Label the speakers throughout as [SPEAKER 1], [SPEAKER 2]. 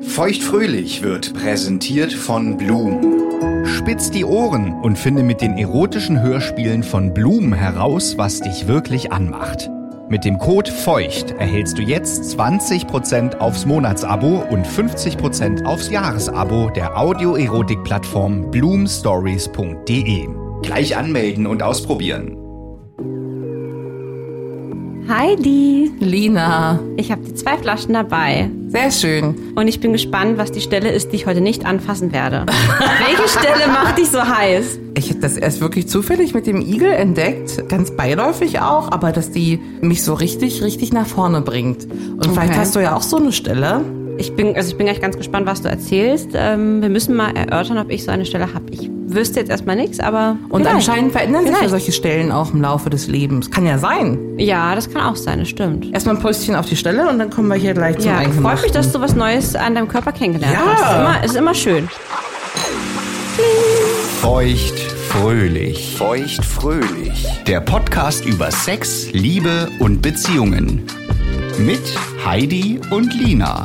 [SPEAKER 1] Feuchtfröhlich wird präsentiert von Blum. Spitz die Ohren und finde mit den erotischen Hörspielen von Blum heraus, was dich wirklich anmacht. Mit dem Code FEUCHT erhältst du jetzt 20% aufs Monatsabo und 50% aufs Jahresabo der Audioerotik-Plattform bloomstories.de. E. Gleich anmelden und ausprobieren.
[SPEAKER 2] Heidi,
[SPEAKER 3] Lina,
[SPEAKER 2] ich habe die zwei Flaschen dabei
[SPEAKER 3] sehr schön.
[SPEAKER 2] und ich bin gespannt, was die Stelle ist, die ich heute nicht anfassen werde. Welche Stelle macht dich so heiß?
[SPEAKER 3] Ich habe das erst wirklich zufällig mit dem Igel entdeckt, ganz beiläufig auch, aber dass die mich so richtig, richtig nach vorne bringt. Und vielleicht hast du ja auch so eine Stelle.
[SPEAKER 2] Ich bin, also ich bin gleich ganz gespannt, was du erzählst. Ähm, wir müssen mal erörtern, ob ich so eine Stelle habe. Ich wüsste jetzt erstmal nichts, aber
[SPEAKER 3] Und
[SPEAKER 2] vielleicht.
[SPEAKER 3] anscheinend verändern sich ja
[SPEAKER 2] Vielleicht.
[SPEAKER 3] solche Stellen auch im Laufe des Lebens. Kann ja sein.
[SPEAKER 2] Ja, das kann auch sein, das stimmt.
[SPEAKER 3] Erstmal ein Päuschen auf die Stelle und dann kommen wir hier gleich zum
[SPEAKER 2] Ja, freut mich,
[SPEAKER 3] Eingemachten.
[SPEAKER 2] dass du was Neues an deinem Körper kennengelernt
[SPEAKER 3] Ja.
[SPEAKER 2] hast. Ist immer, ist immer schön.
[SPEAKER 1] Feuchtfröhlich. Feuchtfröhlich. Der Podcast über Sex, Liebe und Beziehungen. Mit Heidi und Lina.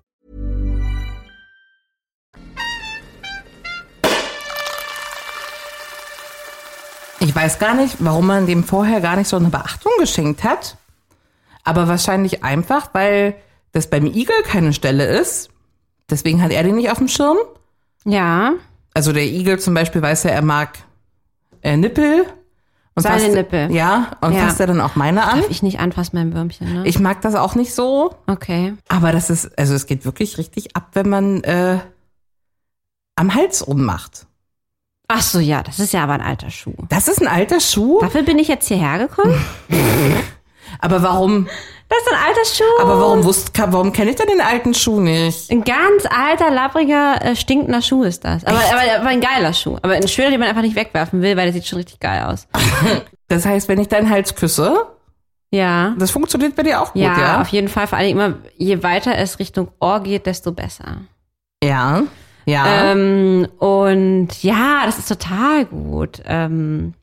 [SPEAKER 3] Ich weiß gar nicht, warum man dem vorher gar nicht so eine Beachtung geschenkt hat. Aber wahrscheinlich einfach, weil das beim Igel keine Stelle ist. Deswegen hat er den nicht auf dem Schirm.
[SPEAKER 2] Ja,
[SPEAKER 3] Also der Igel zum Beispiel weiß ja, er mag äh, Nippel. Und
[SPEAKER 2] Seine
[SPEAKER 3] fasst-
[SPEAKER 2] Nippel.
[SPEAKER 3] Ja, und
[SPEAKER 2] Ja.
[SPEAKER 3] fasst er dann auch meine an.
[SPEAKER 2] darf ich nicht anfassen, mein Würmchen, ne?
[SPEAKER 3] Ich mag das auch nicht so.
[SPEAKER 2] okay.
[SPEAKER 3] Aber das ist, also es geht wirklich richtig ab, wenn man äh, am Hals rummacht.
[SPEAKER 2] Ach so, ja, das ist ja aber ein alter Schuh.
[SPEAKER 3] Das ist ein alter Schuh.
[SPEAKER 2] Dafür bin ich jetzt hierher gekommen?
[SPEAKER 3] Aber warum?
[SPEAKER 2] Das ist ein alter Schuh.
[SPEAKER 3] Aber warum wusst, warum kenne ich denn den alten Schuh nicht?
[SPEAKER 2] Ein ganz alter, labbriger, äh, stinkender Schuh ist das. Aber, aber, aber ein geiler Schuh. Aber ein schöner, den man einfach nicht wegwerfen will, weil der sieht schon richtig geil aus.
[SPEAKER 3] Das heißt, wenn ich deinen Hals küsse,
[SPEAKER 2] Ja.
[SPEAKER 3] das funktioniert bei dir auch gut,
[SPEAKER 2] ja, auf
[SPEAKER 3] ja?
[SPEAKER 2] jeden Fall. Vor allem immer, je weiter es Richtung Ohr geht, desto besser.
[SPEAKER 3] Ja, ja.
[SPEAKER 2] Ähm, und ja, das ist total gut. Ähm,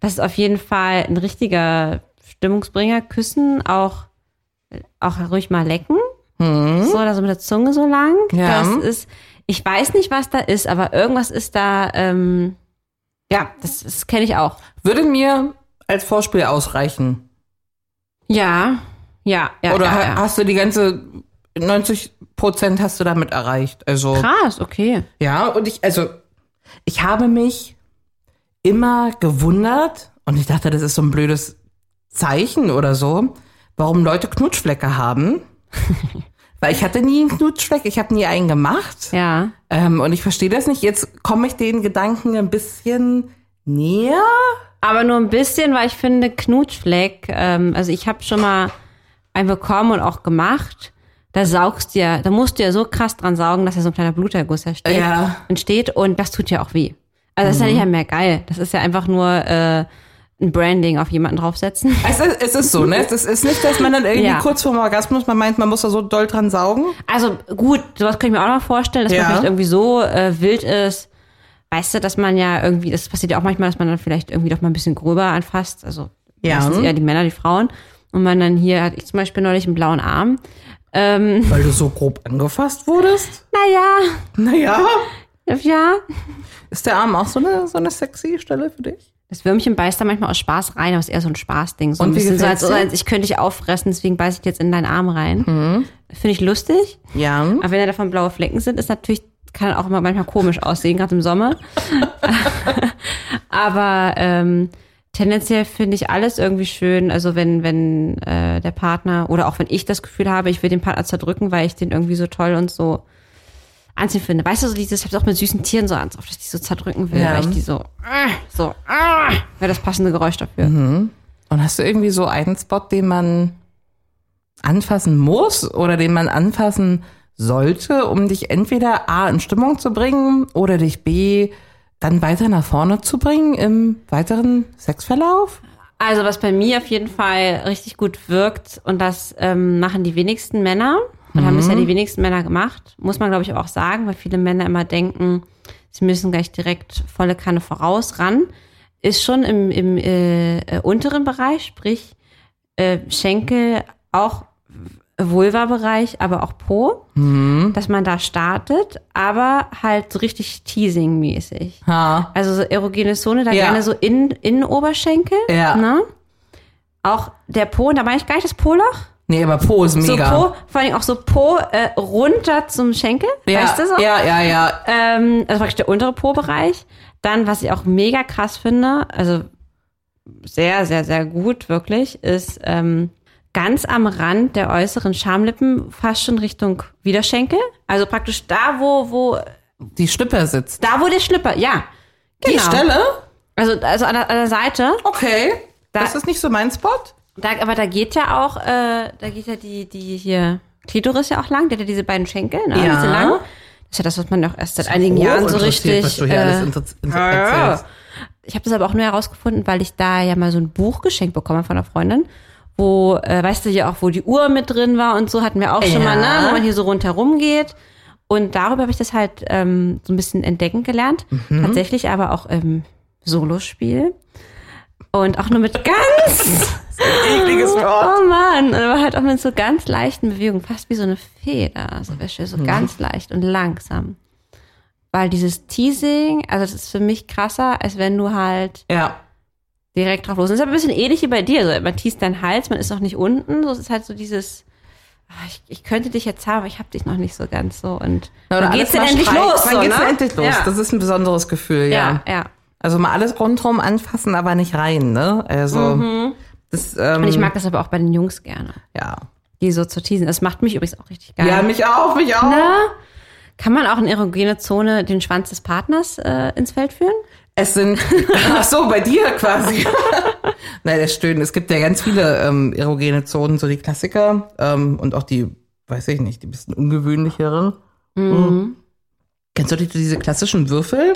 [SPEAKER 2] das ist auf jeden Fall ein richtiger Stimmungsbringer. Küssen, auch, auch ruhig mal lecken. So, also mit der Zunge so lang.
[SPEAKER 3] Hm. Ja.
[SPEAKER 2] Das ist, ich weiß nicht, was da ist, aber irgendwas ist da, ähm, ja, das, das kenne ich auch.
[SPEAKER 3] Würde mir als Vorspiel ausreichen.
[SPEAKER 2] Ja, ja, ja.
[SPEAKER 3] Oder
[SPEAKER 2] ja,
[SPEAKER 3] ha-
[SPEAKER 2] ja.
[SPEAKER 3] hast du die ganze 90 Prozent hast du damit erreicht? Also
[SPEAKER 2] Krass, okay.
[SPEAKER 3] ja, und ich, also ich habe mich immer gewundert und ich dachte, das ist so ein blödes Zeichen oder so, warum Leute Knutschflecke haben. Weil ich hatte nie einen Knutschfleck, ich habe nie einen gemacht.
[SPEAKER 2] Ja.
[SPEAKER 3] Ähm, und ich verstehe das nicht. Jetzt komme ich den Gedanken ein bisschen Ja?
[SPEAKER 2] Aber nur ein bisschen, weil ich finde, Knutschfleck, ähm, also ich habe schon mal einen bekommen und auch gemacht. Da saugst du ja, da musst du ja so krass dran saugen, dass ja so ein kleiner Bluterguss entsteht.
[SPEAKER 3] Ja.
[SPEAKER 2] entsteht und das tut ja auch weh. Also das ist ja nicht mehr geil. Das ist ja einfach nur äh, ein Branding auf jemanden draufsetzen.
[SPEAKER 3] Es ist, es ist so, ne? Es ist, es ist nicht, dass man dann irgendwie
[SPEAKER 2] Ja.
[SPEAKER 3] kurz vorm Orgasmus, man meint, man muss da so doll dran saugen.
[SPEAKER 2] Also gut, sowas könnte ich mir auch noch vorstellen, dass
[SPEAKER 3] Ja.
[SPEAKER 2] man vielleicht irgendwie so äh, wild ist. Weißt du, dass man ja irgendwie, das passiert ja auch manchmal, dass man dann vielleicht irgendwie doch mal ein bisschen gröber anfasst. Also
[SPEAKER 3] Ja.
[SPEAKER 2] meistens eher die Männer, die Frauen. Und man dann hier, hatte ich zum Beispiel neulich einen blauen Arm. Ähm,
[SPEAKER 3] Weil du so grob angefasst wurdest?
[SPEAKER 2] naja,
[SPEAKER 3] Naja.
[SPEAKER 2] ja.
[SPEAKER 3] Ist der Arm auch so eine, so eine sexy Stelle für dich?
[SPEAKER 2] Das Würmchen beißt da manchmal aus Spaß rein, aber ist eher so ein Spaßding. So
[SPEAKER 3] Und
[SPEAKER 2] ein
[SPEAKER 3] wie
[SPEAKER 2] bisschen so,
[SPEAKER 3] gefällt's
[SPEAKER 2] als,
[SPEAKER 3] dir?
[SPEAKER 2] als ich könnte dich auffressen, deswegen beiße ich dir jetzt in deinen Arm rein.
[SPEAKER 3] Mhm.
[SPEAKER 2] Finde ich lustig.
[SPEAKER 3] Ja.
[SPEAKER 2] Aber wenn da davon blaue Flecken sind, ist natürlich, kann auch immer manchmal komisch aussehen, gerade im Sommer. Aber ähm, tendenziell finde ich alles irgendwie schön. Also wenn, wenn äh, der Partner oder auch wenn ich das Gefühl habe, ich will den Partner zerdrücken, weil ich den irgendwie so toll und so anziehen finde. Weißt du, so dieses, ich hab's auch mit süßen Tieren so an, dass ich die so zerdrücken will,
[SPEAKER 3] Ja.
[SPEAKER 2] weil ich die so, äh, so, äh, wäre das passende Geräusch dafür.
[SPEAKER 3] Und hast du irgendwie so einen Spot, den man anfassen muss oder den man anfassen sollte, um dich entweder A in Stimmung zu bringen oder dich B dann weiter nach vorne zu bringen im weiteren Sexverlauf?
[SPEAKER 2] Also was bei mir auf jeden Fall richtig gut wirkt und das ähm, machen die wenigsten Männer und haben bisher die wenigsten Männer gemacht, muss man glaube ich auch sagen, weil viele Männer immer denken, sie müssen gleich direkt volle Kanne voraus ran, ist schon im, im äh, äh, unteren Bereich, sprich äh, Schenkel, auch Vulva-Bereich, aber auch Po, dass man da startet, aber halt so richtig Teasing-mäßig.
[SPEAKER 3] Ha.
[SPEAKER 2] Also so erogene Zone, da
[SPEAKER 3] Ja.
[SPEAKER 2] gerne so in, in Oberschenkel.
[SPEAKER 3] Ja.
[SPEAKER 2] Ne? Auch der Po, und da meine ich gar nicht das Po-Loch.
[SPEAKER 3] Nee, aber Po ist
[SPEAKER 2] So
[SPEAKER 3] mega.
[SPEAKER 2] Po, vor allem auch so Po äh, runter zum Schenkel.
[SPEAKER 3] ja,
[SPEAKER 2] weißt du so?
[SPEAKER 3] ja, ja, ja.
[SPEAKER 2] Ähm, also praktisch der untere Po-Bereich. Dann, was ich auch mega krass finde, also sehr, sehr, sehr gut, wirklich, ist ähm, ganz am Rand der äußeren Schamlippen, fast schon Richtung Widerschenkel. Also praktisch da, wo, wo,
[SPEAKER 3] Die Schlippe sitzt.
[SPEAKER 2] da, wo der Schlipper, ja.
[SPEAKER 3] Die
[SPEAKER 2] Genau.
[SPEAKER 3] Stelle?
[SPEAKER 2] Also, also an, der, an der Seite.
[SPEAKER 3] Okay.
[SPEAKER 2] Da-
[SPEAKER 3] das ist nicht so mein Spot.
[SPEAKER 2] Da, aber da geht ja auch, äh, da geht ja die, die hier Klitoris ja auch lang, der hat ja diese beiden Schenkel, ne?
[SPEAKER 3] Ja.
[SPEAKER 2] Diese lang. Das ist ja das, was man doch erst seit einigen Jahren so
[SPEAKER 3] Hochinteressiert,
[SPEAKER 2] richtig.
[SPEAKER 3] Oh, Was du hier
[SPEAKER 2] äh,
[SPEAKER 3] alles inter- inter-
[SPEAKER 2] ja.
[SPEAKER 3] erzählst.
[SPEAKER 2] Ich habe das aber auch nur herausgefunden, weil ich da ja mal so ein Buch geschenkt bekommen von einer Freundin, wo, äh, weißt du ja auch, wo die Uhr mit drin war und so, hatten wir auch schon
[SPEAKER 3] Ja.
[SPEAKER 2] mal, ne, wo man hier so rundherum geht. Und darüber habe ich das halt ähm, so ein bisschen entdecken gelernt.
[SPEAKER 3] Mhm.
[SPEAKER 2] Tatsächlich aber auch im Solospiel. Und auch nur mit ganz,
[SPEAKER 3] Ekliges Wort.
[SPEAKER 2] oh Mann, aber halt auch mit so ganz leichten Bewegungen, fast wie so eine Feder, so Wäsche,
[SPEAKER 3] Mhm.
[SPEAKER 2] so ganz leicht und langsam. Weil dieses Teasing, also das ist für mich krasser, als wenn du halt
[SPEAKER 3] Ja.
[SPEAKER 2] direkt drauf los. Das ist aber ein bisschen ähnlich wie bei dir. So, man teast deinen Hals, man ist noch nicht unten. So es ist halt so dieses, ah, ich, ich könnte dich jetzt haben, aber ich habe dich noch nicht so ganz so. Und
[SPEAKER 3] Na,
[SPEAKER 2] dann
[SPEAKER 3] oder
[SPEAKER 2] geht's
[SPEAKER 3] alles
[SPEAKER 2] denn
[SPEAKER 3] mal
[SPEAKER 2] endlich
[SPEAKER 3] streichen.
[SPEAKER 2] los.
[SPEAKER 3] Wann
[SPEAKER 2] so,
[SPEAKER 3] geht's
[SPEAKER 2] ne?
[SPEAKER 3] denn endlich los?
[SPEAKER 2] Ja.
[SPEAKER 3] Das ist ein besonderes Gefühl, ja.
[SPEAKER 2] ja, ja.
[SPEAKER 3] Also mal alles rundherum anfassen, aber nicht rein, ne? Also das, ähm,
[SPEAKER 2] Mhm. Und ich mag das aber auch bei den Jungs gerne,
[SPEAKER 3] ja.
[SPEAKER 2] die so zu teasen. Das macht mich übrigens auch richtig geil.
[SPEAKER 3] Ja, mich auch, mich auch.
[SPEAKER 2] Kann man auch in erogene Zone den Schwanz des Partners äh, ins Feld führen?
[SPEAKER 3] Es sind ach so bei dir quasi. Nein, das ist schön. Es gibt ja ganz viele ähm, erogene Zonen, so die Klassiker ähm, und auch die, weiß ich nicht, die bisschen ungewöhnlicheren. Mhm. Kennst du die, diese klassischen Würfel?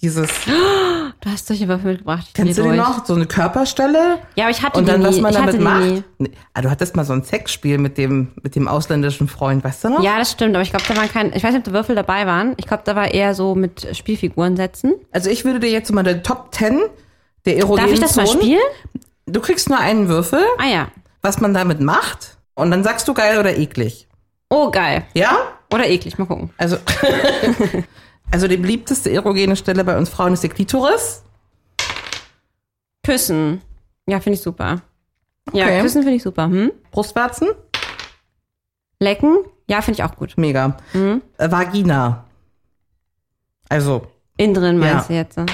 [SPEAKER 3] Dieses,
[SPEAKER 2] Du hast solche Würfel mitgebracht. Ich
[SPEAKER 3] kennst
[SPEAKER 2] dreh
[SPEAKER 3] du die
[SPEAKER 2] durch.
[SPEAKER 3] noch? So eine Körperstelle?
[SPEAKER 2] Ja, aber ich hatte
[SPEAKER 3] Und
[SPEAKER 2] die
[SPEAKER 3] dann,
[SPEAKER 2] nie.
[SPEAKER 3] was man
[SPEAKER 2] ich hatte
[SPEAKER 3] damit
[SPEAKER 2] die nie.
[SPEAKER 3] macht. Nee, ah, du hattest mal so ein Sexspiel mit dem, mit dem ausländischen Freund, weißt du noch?
[SPEAKER 2] Ja, das stimmt, aber ich glaube, da waren kein, ich weiß nicht, ob da Würfel dabei waren. Ich glaube, da war eher so mit Spielfiguren setzen.
[SPEAKER 3] Also ich würde dir jetzt mal den Top 10 der erogenen
[SPEAKER 2] Darf ich das mal
[SPEAKER 3] Oh, Zonen-
[SPEAKER 2] spielen?
[SPEAKER 3] Du kriegst nur einen Würfel,
[SPEAKER 2] Ah ja.
[SPEAKER 3] was man damit macht und dann sagst du geil oder eklig.
[SPEAKER 2] Oh, geil.
[SPEAKER 3] Ja?
[SPEAKER 2] Oder eklig, mal gucken.
[SPEAKER 3] Also Also die beliebteste erogene Stelle bei uns Frauen ist die Klitoris.
[SPEAKER 2] Küssen. Ja, finde ich super. Ja,
[SPEAKER 3] Okay.
[SPEAKER 2] küssen finde ich super. Hm?
[SPEAKER 3] Brustwarzen,
[SPEAKER 2] Lecken? Ja, finde ich auch gut.
[SPEAKER 3] mega.
[SPEAKER 2] Mhm.
[SPEAKER 3] Äh, Vagina. Also,
[SPEAKER 2] Innen drin
[SPEAKER 3] Ja.
[SPEAKER 2] meinst du jetzt. ne?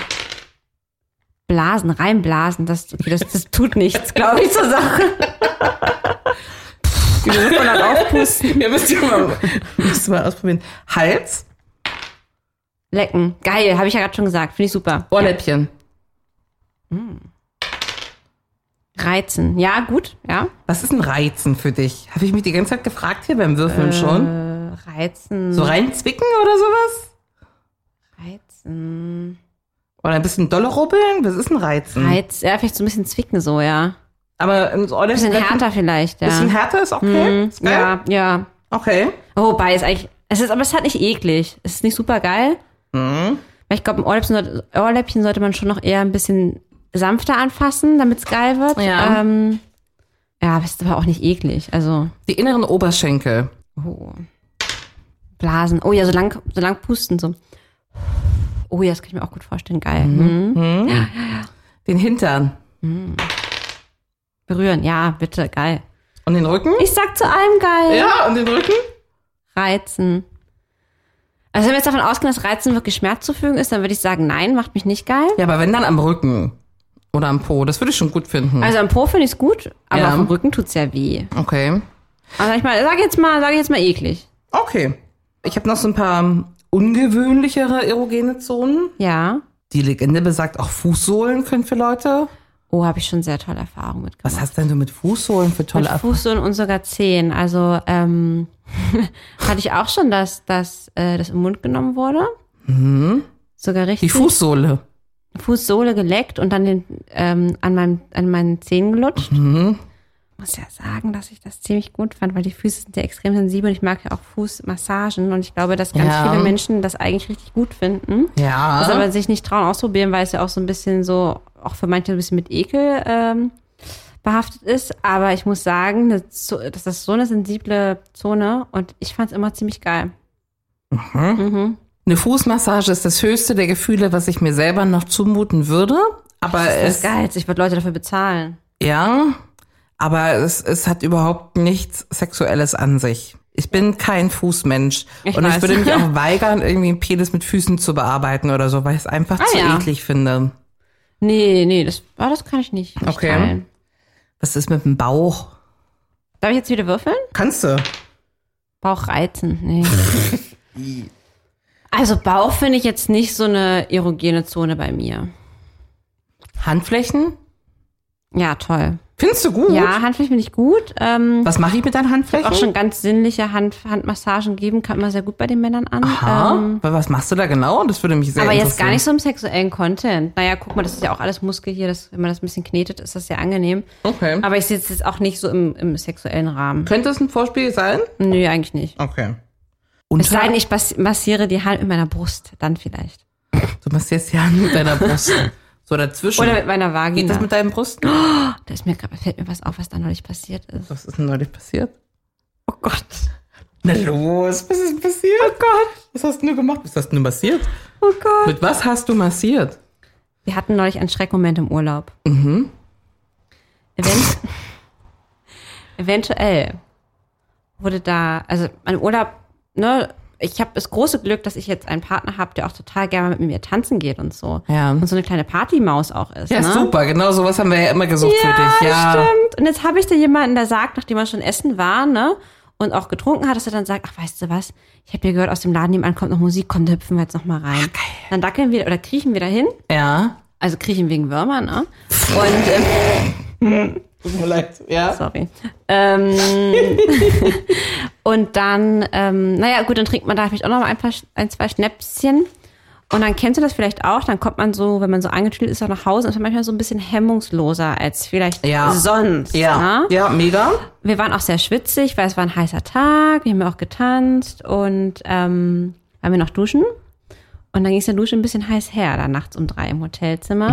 [SPEAKER 2] Blasen, reinblasen, das, okay, das, das tut nichts, glaube ich, zur Sache.
[SPEAKER 3] die muss man dann aufpusten. Ja, müsst ihr mal, müsst ihr mal ausprobieren. Hals,
[SPEAKER 2] Lecken. Geil, habe ich ja gerade schon gesagt. Finde ich super.
[SPEAKER 3] Ohrläppchen.
[SPEAKER 2] Reizen. Ja, gut, ja.
[SPEAKER 3] Was ist ein Reizen für dich? Habe ich mich die ganze Zeit gefragt hier beim Würfeln schon.
[SPEAKER 2] Äh, Reizen.
[SPEAKER 3] So reinzwicken oder sowas?
[SPEAKER 2] Reizen.
[SPEAKER 3] Oder ein bisschen dolle rubbeln? Was ist ein Reizen?
[SPEAKER 2] Reiz. Ja, vielleicht so ein bisschen zwicken, so, ja.
[SPEAKER 3] Aber ein so-
[SPEAKER 2] Bisschen härter vielleicht, ja.
[SPEAKER 3] Bisschen härter ist okay.
[SPEAKER 2] Mhm,
[SPEAKER 3] Ist geil.
[SPEAKER 2] ja, ja.
[SPEAKER 3] Okay.
[SPEAKER 2] Wobei es eigentlich, es ist, aber es ist halt nicht eklig. Es ist nicht super geil.
[SPEAKER 3] Mhm.
[SPEAKER 2] Weil Ich glaube, ein Ohrläppchen, sollte- Ohrläppchen sollte man schon noch eher ein bisschen sanfter anfassen, damit es geil wird.
[SPEAKER 3] Ja.
[SPEAKER 2] Ähm, ja, aber es ist aber auch nicht eklig. Also,
[SPEAKER 3] Die inneren Oberschenkel.
[SPEAKER 2] oh. Blasen. Oh ja, so lang, so lang pusten, so. Oh ja, das kann ich mir auch gut vorstellen. Geil. Mhm.
[SPEAKER 3] Den Hintern.
[SPEAKER 2] Berühren, ja, bitte, geil.
[SPEAKER 3] Und den Rücken?
[SPEAKER 2] Ich sag zu allem geil.
[SPEAKER 3] Ja, und den Rücken?
[SPEAKER 2] Reizen. Also, wenn wir jetzt davon ausgehen, dass Reizen wirklich Schmerz zufügen ist, dann würde ich sagen, nein, macht mich nicht geil.
[SPEAKER 3] Ja, aber wenn dann am Rücken. Oder am Po. Das würde ich schon gut finden.
[SPEAKER 2] Also am Po finde ich es gut, aber
[SPEAKER 3] Ja.
[SPEAKER 2] auf dem Rücken tut's ja weh.
[SPEAKER 3] okay.
[SPEAKER 2] Also sag ich mal, sag jetzt mal, sag ich jetzt mal eklig.
[SPEAKER 3] Okay. Ich habe noch so ein paar ungewöhnlichere erogene Zonen.
[SPEAKER 2] Ja.
[SPEAKER 3] Die Legende besagt, auch Fußsohlen können für Leute.
[SPEAKER 2] Oh, habe ich schon sehr tolle Erfahrungen mitgemacht.
[SPEAKER 3] Was hast denn du mit Fußsohlen für tolle
[SPEAKER 2] Mit
[SPEAKER 3] Erfahrungen?
[SPEAKER 2] Fußsohlen und sogar Zehen. Also ähm, hatte ich auch schon, dass, dass äh, das im Mund genommen wurde. Mhm. Sogar
[SPEAKER 3] Die
[SPEAKER 2] richtig
[SPEAKER 3] Fußsohle.
[SPEAKER 2] Fußsohle geleckt und dann den, ähm, an, meinem, an meinen Zehen gelutscht.
[SPEAKER 3] Mhm.
[SPEAKER 2] muss ja sagen, dass ich das ziemlich gut fand, weil die Füße sind ja extrem sensibel. Ich mag ja auch Fußmassagen und ich glaube, dass ganz
[SPEAKER 3] Ja.
[SPEAKER 2] viele Menschen das eigentlich richtig gut finden.
[SPEAKER 3] Ja.
[SPEAKER 2] Das aber sich nicht trauen ausprobieren, weil es ja auch so ein bisschen so, auch für manche ein bisschen mit Ekel ähm, behaftet ist. Aber ich muss sagen, eine Zo- das ist so eine sensible Zone und ich fand es immer ziemlich geil.
[SPEAKER 3] Eine Fußmassage ist das höchste der Gefühle, was ich mir selber noch zumuten würde. Aber
[SPEAKER 2] Das
[SPEAKER 3] es,
[SPEAKER 2] ist geil. Ich würde Leute dafür bezahlen.
[SPEAKER 3] ja, aber es, es hat überhaupt nichts Sexuelles an sich. Ich bin kein Fußmensch.
[SPEAKER 2] Ich
[SPEAKER 3] und
[SPEAKER 2] weiß.
[SPEAKER 3] ich würde mich auch weigern, irgendwie einen Penis mit Füßen zu bearbeiten oder so, weil ich es einfach zu
[SPEAKER 2] Ah, ja.
[SPEAKER 3] eklig finde.
[SPEAKER 2] Nee, nee, das, ah, das kann ich nicht. nicht
[SPEAKER 3] Okay.
[SPEAKER 2] teilen.
[SPEAKER 3] Was ist mit dem Bauch?
[SPEAKER 2] Darf ich jetzt wieder würfeln?
[SPEAKER 3] Kannst du?
[SPEAKER 2] Bauch reizen, nee. also Bauch finde ich jetzt nicht so eine erogene Zone bei mir.
[SPEAKER 3] Handflächen?
[SPEAKER 2] Ja, toll.
[SPEAKER 3] Findest du gut?
[SPEAKER 2] Ja, Handflächen finde ich gut. Ähm,
[SPEAKER 3] Was mache ich mit deinen Handflächen?
[SPEAKER 2] auch schon ganz sinnliche Hand, Handmassagen geben, kann man sehr gut bei den Männern an.
[SPEAKER 3] Aha.
[SPEAKER 2] Ähm,
[SPEAKER 3] Weil was machst du da genau? Das würde mich sehr
[SPEAKER 2] aber
[SPEAKER 3] interessieren.
[SPEAKER 2] jetzt gar nicht so im sexuellen Content. Naja, guck mal, das ist ja auch alles Muskel hier. Das, wenn man das ein bisschen knetet, ist das sehr angenehm.
[SPEAKER 3] Okay.
[SPEAKER 2] Aber ich sitze jetzt auch nicht so im, im sexuellen Rahmen.
[SPEAKER 3] Könnte es ein Vorspiel sein?
[SPEAKER 2] Nö, eigentlich nicht.
[SPEAKER 3] Okay.
[SPEAKER 2] Es sei denn, ich bas- massiere die Hand mit meiner Brust, dann vielleicht.
[SPEAKER 3] Du machst jetzt die Hand mit deiner Brust. So dazwischen.
[SPEAKER 2] Oder mit meiner Vagina.
[SPEAKER 3] Geht das mit deinen Brüsten?
[SPEAKER 2] Da ist mir grad, fällt mir was auf, was da neulich passiert ist.
[SPEAKER 3] Was ist denn neulich passiert?
[SPEAKER 2] Oh Gott.
[SPEAKER 3] Na los, was ist passiert? Oh Gott. Was hast denn du gemacht? Was hast denn du massiert?
[SPEAKER 2] Oh Gott.
[SPEAKER 3] Mit was hast du massiert?
[SPEAKER 2] Wir hatten neulich einen Schreckmoment im Urlaub. Mhm. Event Eventuell wurde da, also mein Urlaub, ne, ich habe das große Glück, dass ich jetzt einen Partner habe, der auch total gerne mit mir tanzen geht und so.
[SPEAKER 3] Ja.
[SPEAKER 2] Und so eine kleine Partymaus auch ist.
[SPEAKER 3] Ja,
[SPEAKER 2] ne?
[SPEAKER 3] super. Genau sowas haben wir ja immer gesucht für dich. Ja,
[SPEAKER 2] stimmt. Und jetzt habe ich da jemanden, der sagt, nachdem er schon essen war, ne? Und auch getrunken hat, dass er dann sagt, ach, weißt du was? Ich habe ja gehört, aus dem Laden nebenan kommt noch Musik, komm, da hüpfen wir jetzt noch mal rein. Dann dackeln wir oder kriechen wir da hin.
[SPEAKER 3] Ja.
[SPEAKER 2] Also kriechen wegen Würmer, ne? Und, ähm,
[SPEAKER 3] Tut mir leid. Ja.
[SPEAKER 2] sorry. Ähm, und dann, ähm, naja, gut, dann trinkt man da vielleicht auch noch mal ein, paar, ein, zwei Schnäpschen. Und dann kennst du das vielleicht auch, dann kommt man so, wenn man so angetüdelt ist, auch nach Hause und ist man manchmal so ein bisschen hemmungsloser als vielleicht
[SPEAKER 3] Ja.
[SPEAKER 2] sonst.
[SPEAKER 3] Ja.
[SPEAKER 2] Ne?
[SPEAKER 3] ja, mega.
[SPEAKER 2] wir waren auch sehr schwitzig, weil es war ein heißer Tag. Wir haben ja auch getanzt und ähm, waren wir noch duschen. Und dann ging es der Dusche ein bisschen heiß her, da nachts um drei im Hotelzimmer.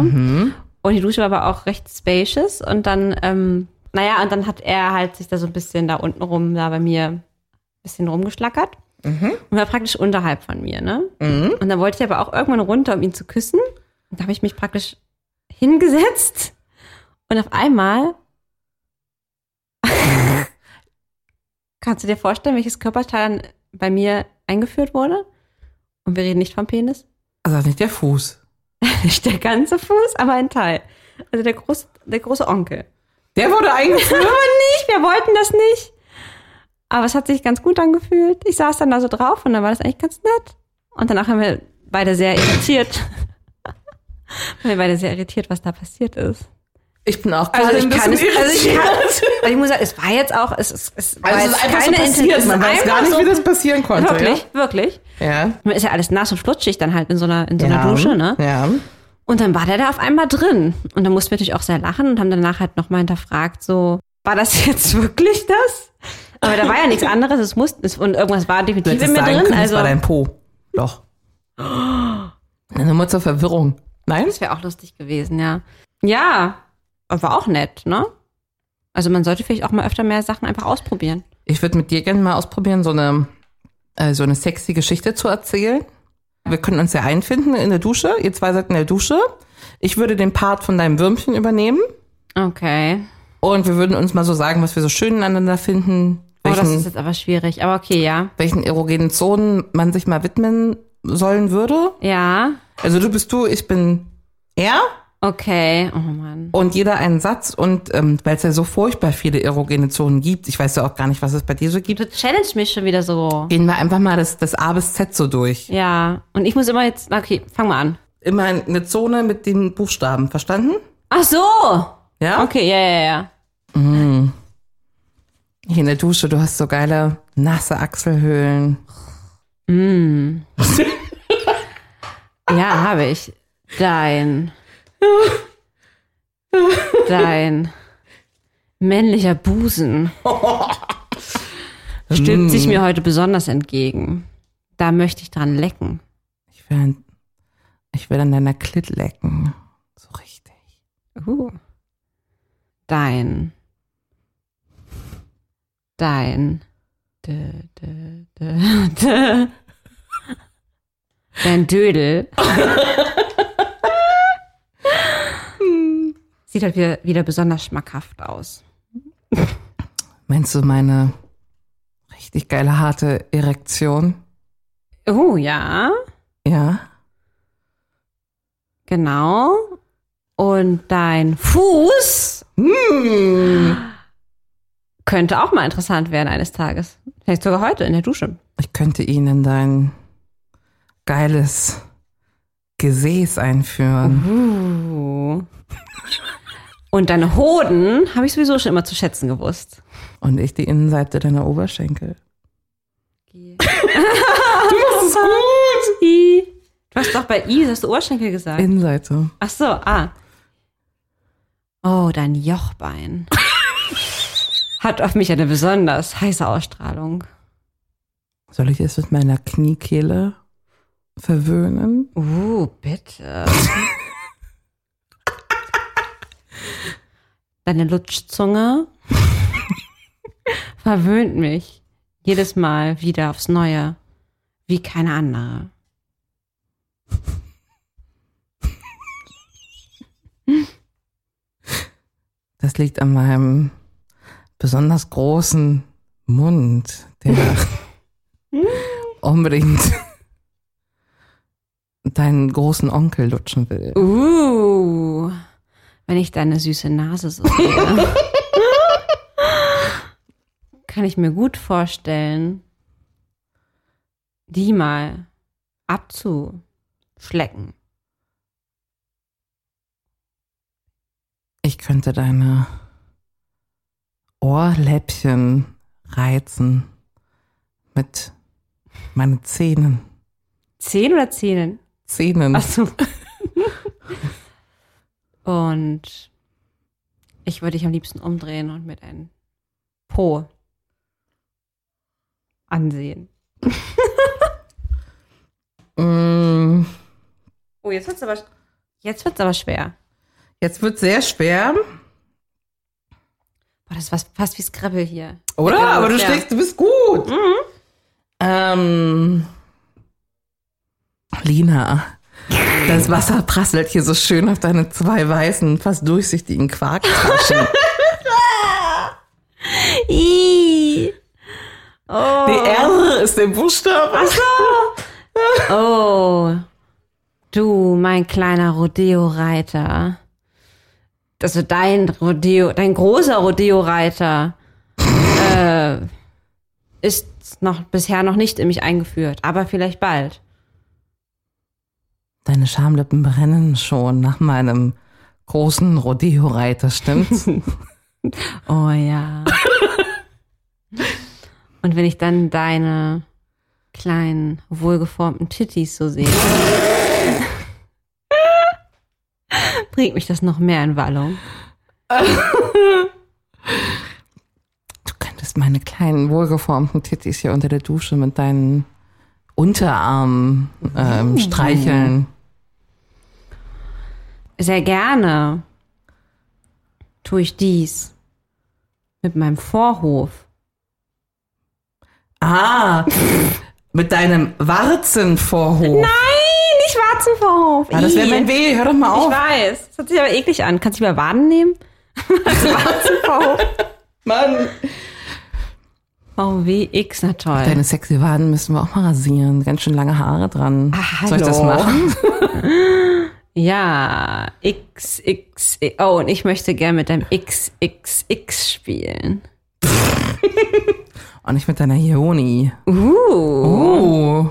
[SPEAKER 2] Und die Dusche war aber auch recht spacious. Und dann, ähm, naja, und dann hat er halt sich da so ein bisschen da unten rum, da bei mir, ein bisschen rumgeschlackert. Und war praktisch unterhalb von mir, ne? Und dann wollte ich aber auch irgendwann runter, um ihn zu küssen. Und da habe ich mich praktisch hingesetzt. Und auf einmal Kannst du dir vorstellen, welches Körperteil dann bei mir eingeführt wurde? Und wir reden nicht vom Penis.
[SPEAKER 3] Also nicht der Fuß.
[SPEAKER 2] Nicht der ganze Fuß, aber ein Teil. Also der große, der große Onkel.
[SPEAKER 3] Der wurde eingeführt.
[SPEAKER 2] Aber nicht, wir wollten das nicht. Aber es hat sich ganz gut angefühlt. Ich saß dann da so drauf und dann war das eigentlich ganz nett. Und danach haben wir beide sehr irritiert. Wir beide sehr irritiert, was da passiert ist.
[SPEAKER 3] Ich bin auch gerade Also ein bisschen
[SPEAKER 2] also ich,
[SPEAKER 3] irritiert.
[SPEAKER 2] kann, also ich muss sagen, es war jetzt auch, es ist, es war
[SPEAKER 3] Also
[SPEAKER 2] jetzt
[SPEAKER 3] es ist einfach so
[SPEAKER 2] keine Intention.
[SPEAKER 3] passiert.
[SPEAKER 2] Es
[SPEAKER 3] Man
[SPEAKER 2] ist
[SPEAKER 3] weiß
[SPEAKER 2] einfach
[SPEAKER 3] gar nicht,
[SPEAKER 2] so-
[SPEAKER 3] wie das passieren konnte.
[SPEAKER 2] Wirklich, wirklich.
[SPEAKER 3] Ja.
[SPEAKER 2] Man ist ja alles nass und flutschig dann halt in so einer, in so
[SPEAKER 3] ja.
[SPEAKER 2] einer Dusche, ne?
[SPEAKER 3] Ja.
[SPEAKER 2] Und dann war der da auf einmal drin. Und dann mussten wir natürlich auch sehr lachen und haben danach halt nochmal hinterfragt, so, war das jetzt wirklich das? Aber da war ja nichts anderes, es musste, es, und irgendwas war
[SPEAKER 3] Du
[SPEAKER 2] definitiv in
[SPEAKER 3] hättest
[SPEAKER 2] mir
[SPEAKER 3] sagen
[SPEAKER 2] drin.
[SPEAKER 3] können,
[SPEAKER 2] Also,
[SPEAKER 3] das war dein Po. Doch. Eine Mutter Verwirrung. Nein?
[SPEAKER 2] das wäre auch lustig gewesen, ja. Ja, aber war auch nett, ne? Also man sollte vielleicht auch mal öfter mehr Sachen einfach ausprobieren.
[SPEAKER 3] Ich würde mit dir gerne mal ausprobieren, so eine, äh, so eine sexy Geschichte zu erzählen. Wir können uns ja einfinden in der Dusche. Ihr zwei seid in der Dusche. Ich würde den Part von deinem Würmchen übernehmen.
[SPEAKER 2] Okay.
[SPEAKER 3] Und wir würden uns mal so sagen, was wir so schön aneinander finden.
[SPEAKER 2] Oh, das
[SPEAKER 3] Welchen,
[SPEAKER 2] ist jetzt aber schwierig. Aber okay, ja.
[SPEAKER 3] welchen erogenen Zonen man sich mal widmen sollen würde.
[SPEAKER 2] Ja.
[SPEAKER 3] Also du bist du, ich bin er.
[SPEAKER 2] Okay. Oh Mann.
[SPEAKER 3] Und jeder einen Satz. Und ähm, weil es ja so furchtbar viele erogene Zonen gibt, ich weiß ja auch gar nicht, was es bei dir so gibt,
[SPEAKER 2] Du challenge mich schon wieder so.
[SPEAKER 3] gehen wir einfach mal das, das A bis Z so durch.
[SPEAKER 2] Ja. Und ich muss immer jetzt. na, Okay, fang mal an.
[SPEAKER 3] immer eine Zone mit den Buchstaben, verstanden?
[SPEAKER 2] Ach so.
[SPEAKER 3] Ja?
[SPEAKER 2] Okay, ja, ja, ja.
[SPEAKER 3] Hier in der Dusche, du hast so geile nasse Achselhöhlen.
[SPEAKER 2] Ja, habe ich. Dein. Dein. Männlicher Busen. Stimmt sich mir heute besonders entgegen. Da möchte ich dran lecken.
[SPEAKER 3] Ich will an, ich will an deiner Klit lecken. So richtig.
[SPEAKER 2] Uh. Dein. Dein. Dö, dö, dö, dö. Dein Dödel. Sieht halt wieder, wieder besonders schmackhaft aus.
[SPEAKER 3] Meinst du meine richtig geile harte Erektion?
[SPEAKER 2] Oh ja,
[SPEAKER 3] Ja.
[SPEAKER 2] genau. Und dein Fuß Hm. könnte auch mal interessant werden eines Tages. Vielleicht sogar heute in der Dusche.
[SPEAKER 3] Ich könnte ihn in dein geiles Gesäß einführen.
[SPEAKER 2] Uh. Und deine Hoden habe ich sowieso schon immer zu schätzen gewusst.
[SPEAKER 3] Und ich die Innenseite deiner Oberschenkel.
[SPEAKER 2] I. Du hast doch bei I, hast du Ohrschenkel gesagt.
[SPEAKER 3] Innenseite.
[SPEAKER 2] Ach so, ah. Oh, dein Jochbein. Hat auf mich eine besonders heiße Ausstrahlung.
[SPEAKER 3] Soll ich es mit meiner Kniekehle verwöhnen?
[SPEAKER 2] Uh, bitte. Deine Lutschzunge verwöhnt mich jedes Mal wieder aufs Neue, wie keine andere.
[SPEAKER 3] Das liegt an meinem besonders großen Mund, der unbedingt deinen großen Onkel lutschen will.
[SPEAKER 2] Uh, wenn ich deine süße Nase so sehe, kann ich mir gut vorstellen, die mal abzuschlecken.
[SPEAKER 3] Ich könnte deine Ohrläppchen reizen mit meinen Zähnen.
[SPEAKER 2] Zehn oder Zähnen?
[SPEAKER 3] Zähnen.
[SPEAKER 2] Ach so. und ich würde dich am liebsten umdrehen und mit einem Po ansehen.
[SPEAKER 3] Mm,
[SPEAKER 2] Oh, jetzt wird's aber jetzt wird's aber schwer.
[SPEAKER 3] Jetzt wird sehr schwer,
[SPEAKER 2] Boah, das ist was, fast wie Scrabble hier.
[SPEAKER 3] oder?
[SPEAKER 2] Ja,
[SPEAKER 3] Aber du
[SPEAKER 2] ja.
[SPEAKER 3] schlägst, du bist gut. Mhm. Ähm, Lina, das Wasser prasselt hier so schön auf deine zwei weißen, fast durchsichtigen Quarktaschen.
[SPEAKER 2] Ih. Oh.
[SPEAKER 3] Die R ist der Buchstabe.
[SPEAKER 2] oh. Du, mein kleiner Rodeo-Reiter. Also dein Rodeo, dein großer Rodeo-Reiter äh, ist noch bisher noch nicht in mich eingeführt, aber vielleicht bald.
[SPEAKER 3] Deine Schamlippen brennen schon nach meinem großen Rodeo-Reiter, stimmt's?
[SPEAKER 2] Oh ja. Und wenn ich dann deine kleinen, wohlgeformten Titties so sehe, bringt mich das noch mehr in Wallung.
[SPEAKER 3] du könntest meine kleinen, wohlgeformten Tittis hier unter der Dusche mit deinen Unterarmen ähm, streicheln.
[SPEAKER 2] Sehr gerne tue ich dies mit meinem Vorhof.
[SPEAKER 3] Ah, mit deinem Warzenvorhof. Nein!
[SPEAKER 2] Nein, nicht Warzenvorhof.
[SPEAKER 3] Ah, das wäre mein Weh, hör doch mal
[SPEAKER 2] Ich
[SPEAKER 3] auf.
[SPEAKER 2] weiß. Das hört sich aber eklig an. Kannst du mir Waden nehmen? Warzenvorhof.
[SPEAKER 3] Mann.
[SPEAKER 2] VWX, na toll.
[SPEAKER 3] Deine sexy Waden müssen wir auch mal rasieren. Ganz schön lange Haare dran.
[SPEAKER 2] Ah,
[SPEAKER 3] Soll ich das
[SPEAKER 2] hallo.
[SPEAKER 3] machen?
[SPEAKER 2] Ja, X, X, I- oh, und ich möchte gern mit deinem X, X, X spielen.
[SPEAKER 3] Und nicht mit deiner Ioni.
[SPEAKER 2] Uh,
[SPEAKER 3] Oh.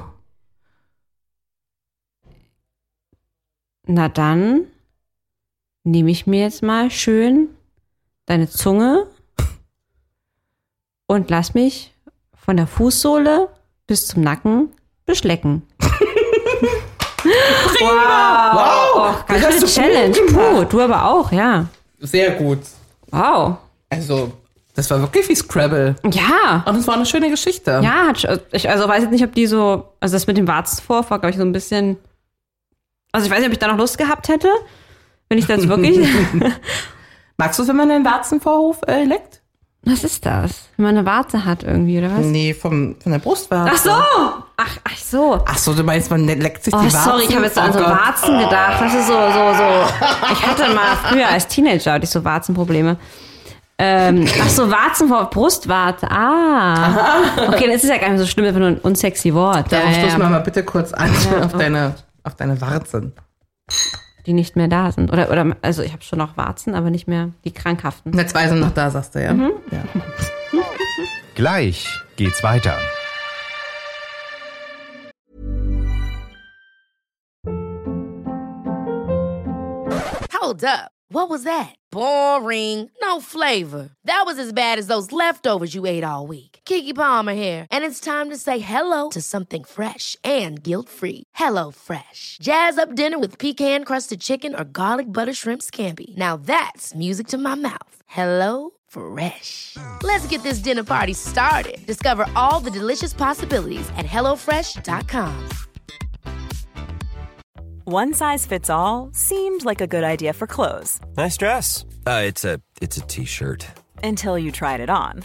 [SPEAKER 2] na dann nehme ich mir jetzt mal schön deine Zunge und lass mich von der Fußsohle bis zum Nacken beschlecken. wow, wow. ganz schöne Challenge. Puh, du aber auch, ja.
[SPEAKER 3] Sehr gut.
[SPEAKER 2] Wow.
[SPEAKER 3] Also, das war wirklich wie Scrabble.
[SPEAKER 2] Ja,
[SPEAKER 3] Und es war eine schöne Geschichte.
[SPEAKER 2] Ja, hat sch- ich also weiß jetzt nicht, ob die so, also das mit dem Warzenvorfall, glaube ich, so ein bisschen. Also ich weiß nicht, ob ich da noch Lust gehabt hätte, wenn ich das wirklich.
[SPEAKER 3] Magst du es, wenn man den Warzenvorhof äh, leckt?
[SPEAKER 2] was ist das? Wenn man eine Warze hat irgendwie, oder was?
[SPEAKER 3] Nee, vom, von der Brustwarze.
[SPEAKER 2] Ach so! Ach, ach so.
[SPEAKER 3] Ach so, du meinst, man leckt sich
[SPEAKER 2] Oh,
[SPEAKER 3] die Warzen?
[SPEAKER 2] sorry, ich habe jetzt an so
[SPEAKER 3] Oh Gott.
[SPEAKER 2] Warzen gedacht. Das ist so, so, so. Ich hatte mal früher als Teenager hatte ich so Warzenprobleme. Ähm, ach so, Warzen vor Brustwarze. Ah. Okay, dann ist es ja gar nicht so schlimm, wenn du ein unsexy Wort.
[SPEAKER 3] Darauf
[SPEAKER 2] Ja, ja,
[SPEAKER 3] stoßen wir mal bitte kurz an auf, deine, auf deine Warzen.
[SPEAKER 2] die nicht mehr da sind. Oder, oder also ich habe schon noch Warzen, aber nicht mehr die krankhaften.
[SPEAKER 3] Jetzt zwei sind noch da, sagst du, ja?
[SPEAKER 2] Mhm.
[SPEAKER 3] ja.
[SPEAKER 1] Gleich geht's weiter.
[SPEAKER 4] Hold up. What was that? Boring. No flavor. That was as bad as those leftovers you ate all week. Kiki Palmer here, and it's time to say hello to something fresh and guilt-free. Hello Fresh. Jazz up dinner with pecan-crusted chicken or garlic butter shrimp scampi. Now that's music to my mouth. Hello Fresh. Let's get this dinner party started. Discover all the delicious possibilities at hellofresh.com.
[SPEAKER 5] One size fits all seemed like a good idea for clothes
[SPEAKER 6] Nice dress. Uh, it's a it's a t-shirt.
[SPEAKER 5] until you tried it on.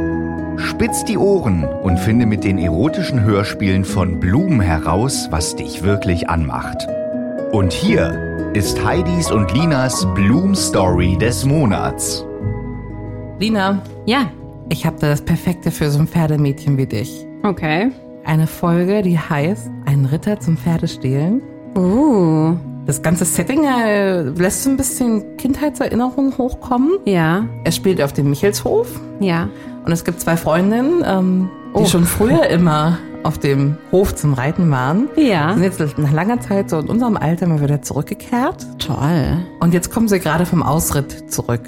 [SPEAKER 1] Spitz die Ohren und finde mit den erotischen Hörspielen von Bloom heraus, was dich wirklich anmacht. Und hier ist Heidis und Linas Bloom Story des Monats.
[SPEAKER 3] Lina,
[SPEAKER 2] Ja,
[SPEAKER 3] ich habe da das Perfekte für so ein Pferdemädchen wie dich.
[SPEAKER 2] okay.
[SPEAKER 3] Eine Folge, die heißt Ein Ritter zum Pferdestehlen.
[SPEAKER 2] Uh,
[SPEAKER 3] Das ganze Setting äh, lässt so ein bisschen Kindheitserinnerungen hochkommen.
[SPEAKER 2] ja,
[SPEAKER 3] Es spielt auf dem Michelshof
[SPEAKER 2] ja.
[SPEAKER 3] und es gibt zwei Freundinnen, ähm,
[SPEAKER 2] Oh.
[SPEAKER 3] die schon früher immer auf dem Hof zum Reiten waren.
[SPEAKER 2] Ja.
[SPEAKER 3] Sind jetzt nach langer Zeit so in unserem Alter mal wieder zurückgekehrt.
[SPEAKER 2] Toll.
[SPEAKER 3] Und jetzt kommen sie gerade vom Ausritt zurück.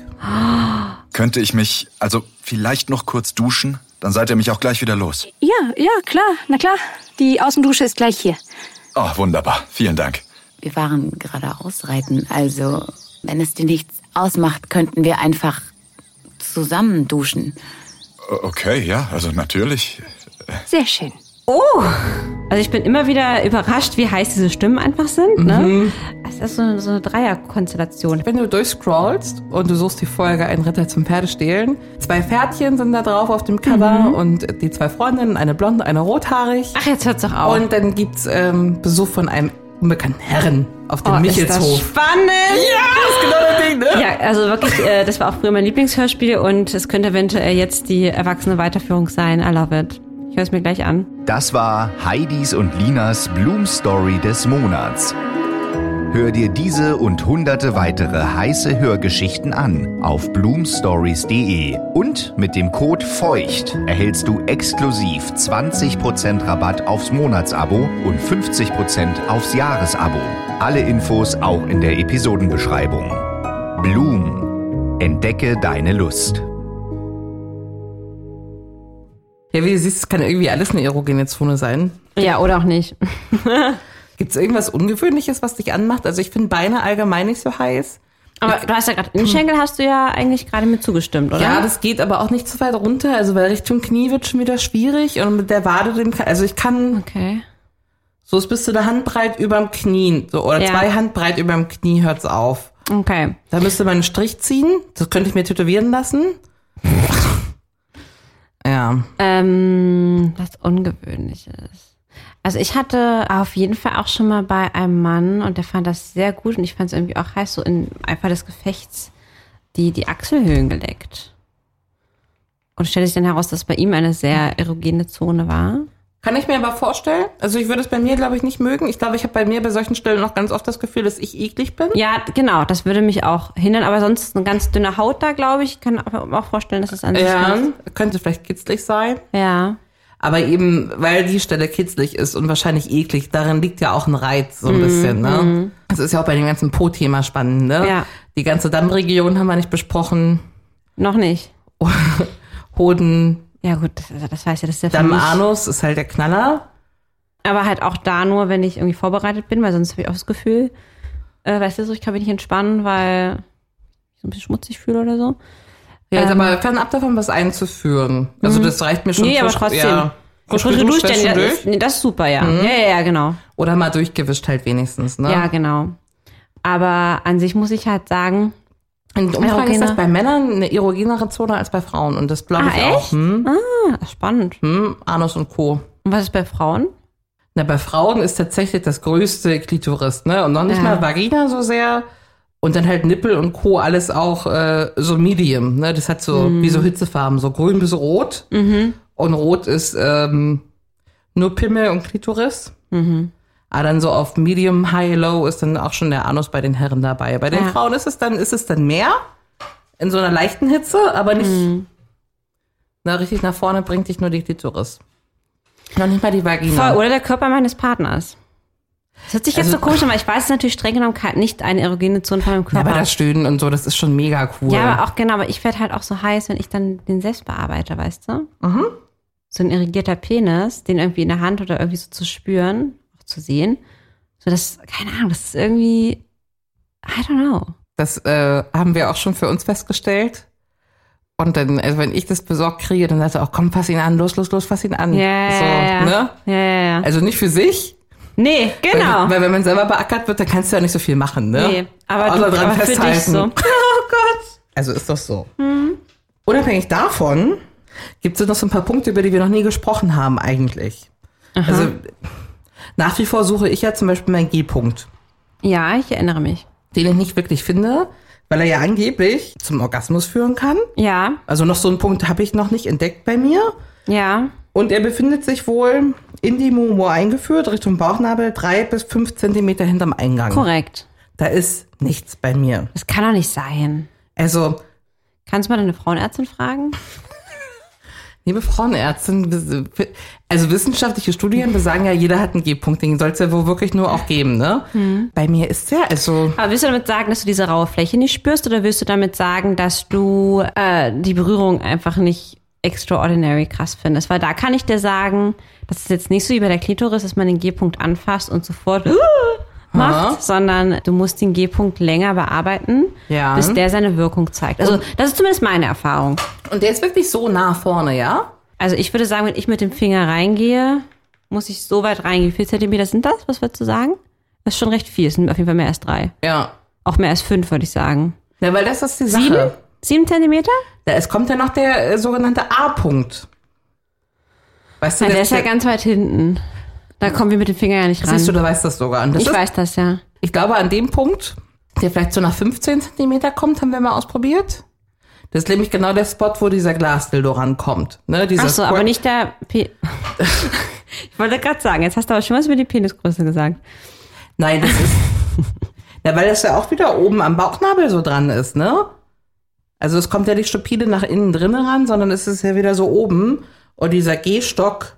[SPEAKER 7] Könnte ich mich also vielleicht noch kurz duschen? Dann seid ihr mich auch gleich wieder los.
[SPEAKER 8] Ja, ja, klar, na klar. Die Außendusche ist gleich hier.
[SPEAKER 7] Oh, wunderbar. Vielen Dank.
[SPEAKER 9] Wir waren gerade ausreiten, also wenn es dir nichts ausmacht, könnten wir einfach zusammen duschen.
[SPEAKER 7] O- Okay, ja, also natürlich.
[SPEAKER 8] Sehr schön.
[SPEAKER 2] Also ich bin immer wieder überrascht, wie heiß diese Stimmen einfach sind. Ne? Es ist so eine, so eine Dreierkonstellation.
[SPEAKER 3] Wenn du durchscrollst und du suchst die Folge Ein Ritter zum Pferdestehlen, zwei Pferdchen sind da drauf auf dem Cover
[SPEAKER 2] Mhm.
[SPEAKER 3] und die zwei Freundinnen, eine blonde, eine rothaarig.
[SPEAKER 2] Ach, jetzt hört's doch auf.
[SPEAKER 3] Und dann gibt's ähm, Besuch von einem unbekannten Herren auf dem
[SPEAKER 2] Oh, ist das
[SPEAKER 3] Michelshof.
[SPEAKER 2] spannend!
[SPEAKER 3] Ja, das ist genau das Ding, ne?
[SPEAKER 2] Ja, also wirklich, äh, das war auch früher mein Lieblingshörspiel und es könnte eventuell jetzt die erwachsene Weiterführung sein. I love it. Ich höre es mir gleich an.
[SPEAKER 1] Das war Heidis und Linas Bloom Story des Monats. Hör dir diese und hunderte weitere heiße Hörgeschichten an auf bloomstories.de und mit dem Code FEUCHT erhältst du exklusiv 20% Rabatt aufs Monatsabo und 50% aufs Jahresabo. Alle Infos auch in der Episodenbeschreibung. Bloom. Entdecke deine Lust.
[SPEAKER 3] Ja, wie du siehst, es kann irgendwie alles eine erogene Zone sein.
[SPEAKER 2] Ja, oder auch nicht.
[SPEAKER 3] Gibt's irgendwas Ungewöhnliches, was dich anmacht? Also ich bin Beine allgemein nicht so heiß.
[SPEAKER 2] Aber du hast ja gerade Innenschenkel, hast du ja eigentlich gerade mit zugestimmt, oder?
[SPEAKER 3] Ja, das geht aber auch nicht zu weit runter. Also weil Richtung Knie wird schon wieder schwierig und mit der Wade den kann, also ich kann
[SPEAKER 2] Okay.
[SPEAKER 3] so es bist du eine Handbreit überm Knie so oder
[SPEAKER 2] Ja.
[SPEAKER 3] zwei Handbreit überm Knie hört's auf.
[SPEAKER 2] Okay.
[SPEAKER 3] Da müsste man einen Strich ziehen. Das könnte ich mir tätowieren lassen. ja.
[SPEAKER 2] Ähm, was Ungewöhnliches. Also ich hatte auf jeden Fall auch schon mal bei einem Mann und der fand das sehr gut und ich fand es irgendwie auch heiß, so in einfach des Gefechts die, die Achselhöhlen geleckt. Und stellte sich dann heraus, dass bei ihm eine sehr erogene Zone war.
[SPEAKER 3] Kann ich mir aber vorstellen. Also ich würde es bei mir, glaube ich, nicht mögen. Ich glaube, ich habe bei mir bei solchen Stellen noch ganz oft das Gefühl, dass ich eklig bin.
[SPEAKER 2] Ja, genau, das würde mich auch hindern, aber sonst eine ganz dünne Haut da, glaube ich. Ich kann aber auch vorstellen, dass es an sich
[SPEAKER 3] Ja,
[SPEAKER 2] liegt.
[SPEAKER 3] könnte vielleicht kitzlig sein.
[SPEAKER 2] Ja.
[SPEAKER 3] Aber eben, weil die Stelle kitzlig ist und wahrscheinlich eklig, darin liegt ja auch ein Reiz so ein
[SPEAKER 2] Mhm,
[SPEAKER 3] bisschen. Ne?
[SPEAKER 2] mhm.
[SPEAKER 3] Das ist ja auch bei dem ganzen Po-Thema spannend. Ne?
[SPEAKER 2] Ja.
[SPEAKER 3] Die ganze Dammregion haben wir nicht besprochen.
[SPEAKER 2] Noch nicht.
[SPEAKER 3] Hoden,
[SPEAKER 2] Ja, gut, das, also das weiß ja, das ist ja für
[SPEAKER 3] Damm,
[SPEAKER 2] mich-
[SPEAKER 3] Anus ist halt der Knaller.
[SPEAKER 2] Aber halt auch da nur, wenn ich irgendwie vorbereitet bin, weil sonst habe ich auch das Gefühl, äh, weißt du, so, ich kann mich nicht entspannen, weil ich so ein bisschen schmutzig fühle oder so.
[SPEAKER 3] Ja, jetzt
[SPEAKER 2] Ähm,
[SPEAKER 3] aber fernab davon was einzuführen. Also
[SPEAKER 2] Mhm.
[SPEAKER 3] das reicht mir schon.
[SPEAKER 2] Nee, aber
[SPEAKER 3] frisch-
[SPEAKER 2] trotzdem.
[SPEAKER 3] Ja.
[SPEAKER 2] Frische
[SPEAKER 3] Frisch
[SPEAKER 2] Dusche,
[SPEAKER 3] geduscht wäre
[SPEAKER 2] denn
[SPEAKER 3] schon
[SPEAKER 2] das, ist- nee, das ist super, ja.
[SPEAKER 3] Mhm.
[SPEAKER 2] Ja, ja, ja, genau.
[SPEAKER 3] Oder mal durchgewischt halt wenigstens. Ne?
[SPEAKER 2] Ja, genau. Aber an sich muss ich halt sagen,
[SPEAKER 3] In Umfang ist
[SPEAKER 2] Erogene.
[SPEAKER 3] das bei Männern eine erogenere Zone als bei Frauen. Und das glaube
[SPEAKER 2] ne? Ah,
[SPEAKER 3] ich auch.
[SPEAKER 2] echt?
[SPEAKER 3] Hm?
[SPEAKER 2] ah, spannend.
[SPEAKER 3] Hm? Anus und Co.
[SPEAKER 2] Und was ist bei Frauen?
[SPEAKER 3] Na, bei Frauen ist tatsächlich das größte Klitoris, ne? Und noch nicht
[SPEAKER 2] Ja.
[SPEAKER 3] mal Vagina so sehr. Und dann halt Nippel und Co. alles auch äh, so medium, ne? Das hat so wie so Hitzefarben, so grün bis rot.
[SPEAKER 2] Mhm.
[SPEAKER 3] Und rot ist ähm, nur Pimmel und Klitoris.
[SPEAKER 2] Mhm.
[SPEAKER 3] Aber dann so auf Medium, High, Low ist dann auch schon der Anus bei den Herren dabei. Bei den
[SPEAKER 2] Ja.
[SPEAKER 3] Frauen ist es dann, ist es dann mehr in so einer leichten Hitze, aber nicht
[SPEAKER 2] Mhm.
[SPEAKER 3] na, richtig nach vorne bringt dich nur die Klitoris. Noch nicht mal die Vagina.
[SPEAKER 2] Voll, oder der Körper meines Partners. Das hört sich jetzt
[SPEAKER 3] Also-
[SPEAKER 2] so komisch an, weil ich weiß es ist natürlich streng genommen kein- nicht eine erogene Zone von meinem
[SPEAKER 3] Ja,
[SPEAKER 2] Körper.
[SPEAKER 3] aber das Stöhnen und so, das ist schon mega cool.
[SPEAKER 2] Ja, aber auch genau, aber ich werde halt auch so heiß, wenn ich dann den selbst bearbeite, weißt du?
[SPEAKER 3] Mhm.
[SPEAKER 2] So ein irrigierter Penis, den irgendwie in der Hand oder irgendwie so zu spüren, auch zu sehen. So das, keine Ahnung, das ist irgendwie, I don't know.
[SPEAKER 3] Das äh, haben wir auch schon für uns festgestellt. Und dann, also wenn ich das besorgt kriege, dann sagt er auch, komm, fass ihn an, los, los, los, fass ihn an.
[SPEAKER 2] Ja,
[SPEAKER 3] Hm. so,
[SPEAKER 2] ja, ja.
[SPEAKER 3] ne?
[SPEAKER 2] Ja, ja, ja.
[SPEAKER 3] Also nicht für sich.
[SPEAKER 2] Nee, genau.
[SPEAKER 3] Weil, weil wenn man selber beackert wird, dann kannst du ja nicht so viel machen, ne?
[SPEAKER 2] Nee, aber
[SPEAKER 3] Außer
[SPEAKER 2] du,
[SPEAKER 3] dran
[SPEAKER 2] aber für dich
[SPEAKER 3] festhalten.
[SPEAKER 2] so. Oh Mhm.
[SPEAKER 3] Also ist das so. Unabhängig davon gibt es noch so ein paar Punkte, über die wir noch nie gesprochen haben eigentlich. Also nach wie vor suche ich ja zum Beispiel meinen G-Punkt.
[SPEAKER 2] Ja, ich erinnere mich.
[SPEAKER 3] den ich nicht wirklich finde, weil er ja angeblich zum Orgasmus führen kann.
[SPEAKER 2] Ja,
[SPEAKER 3] Also noch so einen Punkt habe ich noch nicht entdeckt bei mir.
[SPEAKER 2] ja.
[SPEAKER 3] Und er befindet sich wohl in die Mumu eingeführt, Richtung Bauchnabel, drei bis fünf Zentimeter hinterm Eingang.
[SPEAKER 2] Korrekt.
[SPEAKER 3] Da ist nichts bei mir.
[SPEAKER 2] Das kann doch nicht sein.
[SPEAKER 3] Also,
[SPEAKER 2] Kannst du mal deine Frauenärztin fragen?
[SPEAKER 3] liebe Frauenärztin, wis- also wissenschaftliche Studien besagen ja, jeder hat einen G-Punkt, den soll es ja wohl wirklich nur auch geben, ne?
[SPEAKER 2] Hm.
[SPEAKER 3] Bei mir ist der, also,
[SPEAKER 2] Aber willst du damit sagen, dass du diese raue Fläche nicht spürst oder willst du damit sagen, dass du äh, die Berührung einfach nicht extraordinary krass findest? Weil da kann ich dir sagen, das ist jetzt nicht so wie bei der Klitoris, dass man den G-Punkt anfasst und sofort uh, macht, sondern du musst den G-Punkt länger bearbeiten,
[SPEAKER 3] Ja.
[SPEAKER 2] bis der seine Wirkung zeigt. Also das ist zumindest meine Erfahrung.
[SPEAKER 3] und der ist wirklich so nah vorne, ja?
[SPEAKER 2] Also ich würde sagen, wenn ich mit dem Finger reingehe, muss ich so weit reingehen. Wie viele Zentimeter sind das? Was würdest du sagen? Das ist schon recht viel. Es sind auf jeden Fall mehr als drei.
[SPEAKER 3] Ja.
[SPEAKER 2] Auch mehr als fünf, würde ich sagen.
[SPEAKER 3] Na, weil das ist die Sache.
[SPEAKER 2] Sieben? Sieben Zentimeter?
[SPEAKER 3] Da, es kommt ja noch der äh, sogenannte A-Punkt. Weißt du,
[SPEAKER 2] Ja, der
[SPEAKER 3] das-
[SPEAKER 2] ist ja ganz weit hinten. Da kommen wir mit dem Finger ja nicht ran.
[SPEAKER 3] Siehst du, du weißt das sogar. Und das
[SPEAKER 2] ich
[SPEAKER 3] ist-
[SPEAKER 2] weiß das ja.
[SPEAKER 3] Ich glaube, an dem Punkt, der vielleicht so nach 15 Zentimeter kommt, haben wir mal ausprobiert. Das ist nämlich genau der Spot, wo dieser Glasdildo rankommt. Ne? Dieser
[SPEAKER 2] Ach so, aber nicht der. Pe ich wollte gerade sagen, jetzt hast du aber schon was über die Penisgröße gesagt.
[SPEAKER 3] Nein, das ist. Ja, weil das ja auch wieder oben am Bauchnabel so dran ist, ne? Also es kommt ja nicht stupide nach innen drinnen ran, sondern es ist ja wieder so oben. Und dieser Gehstock.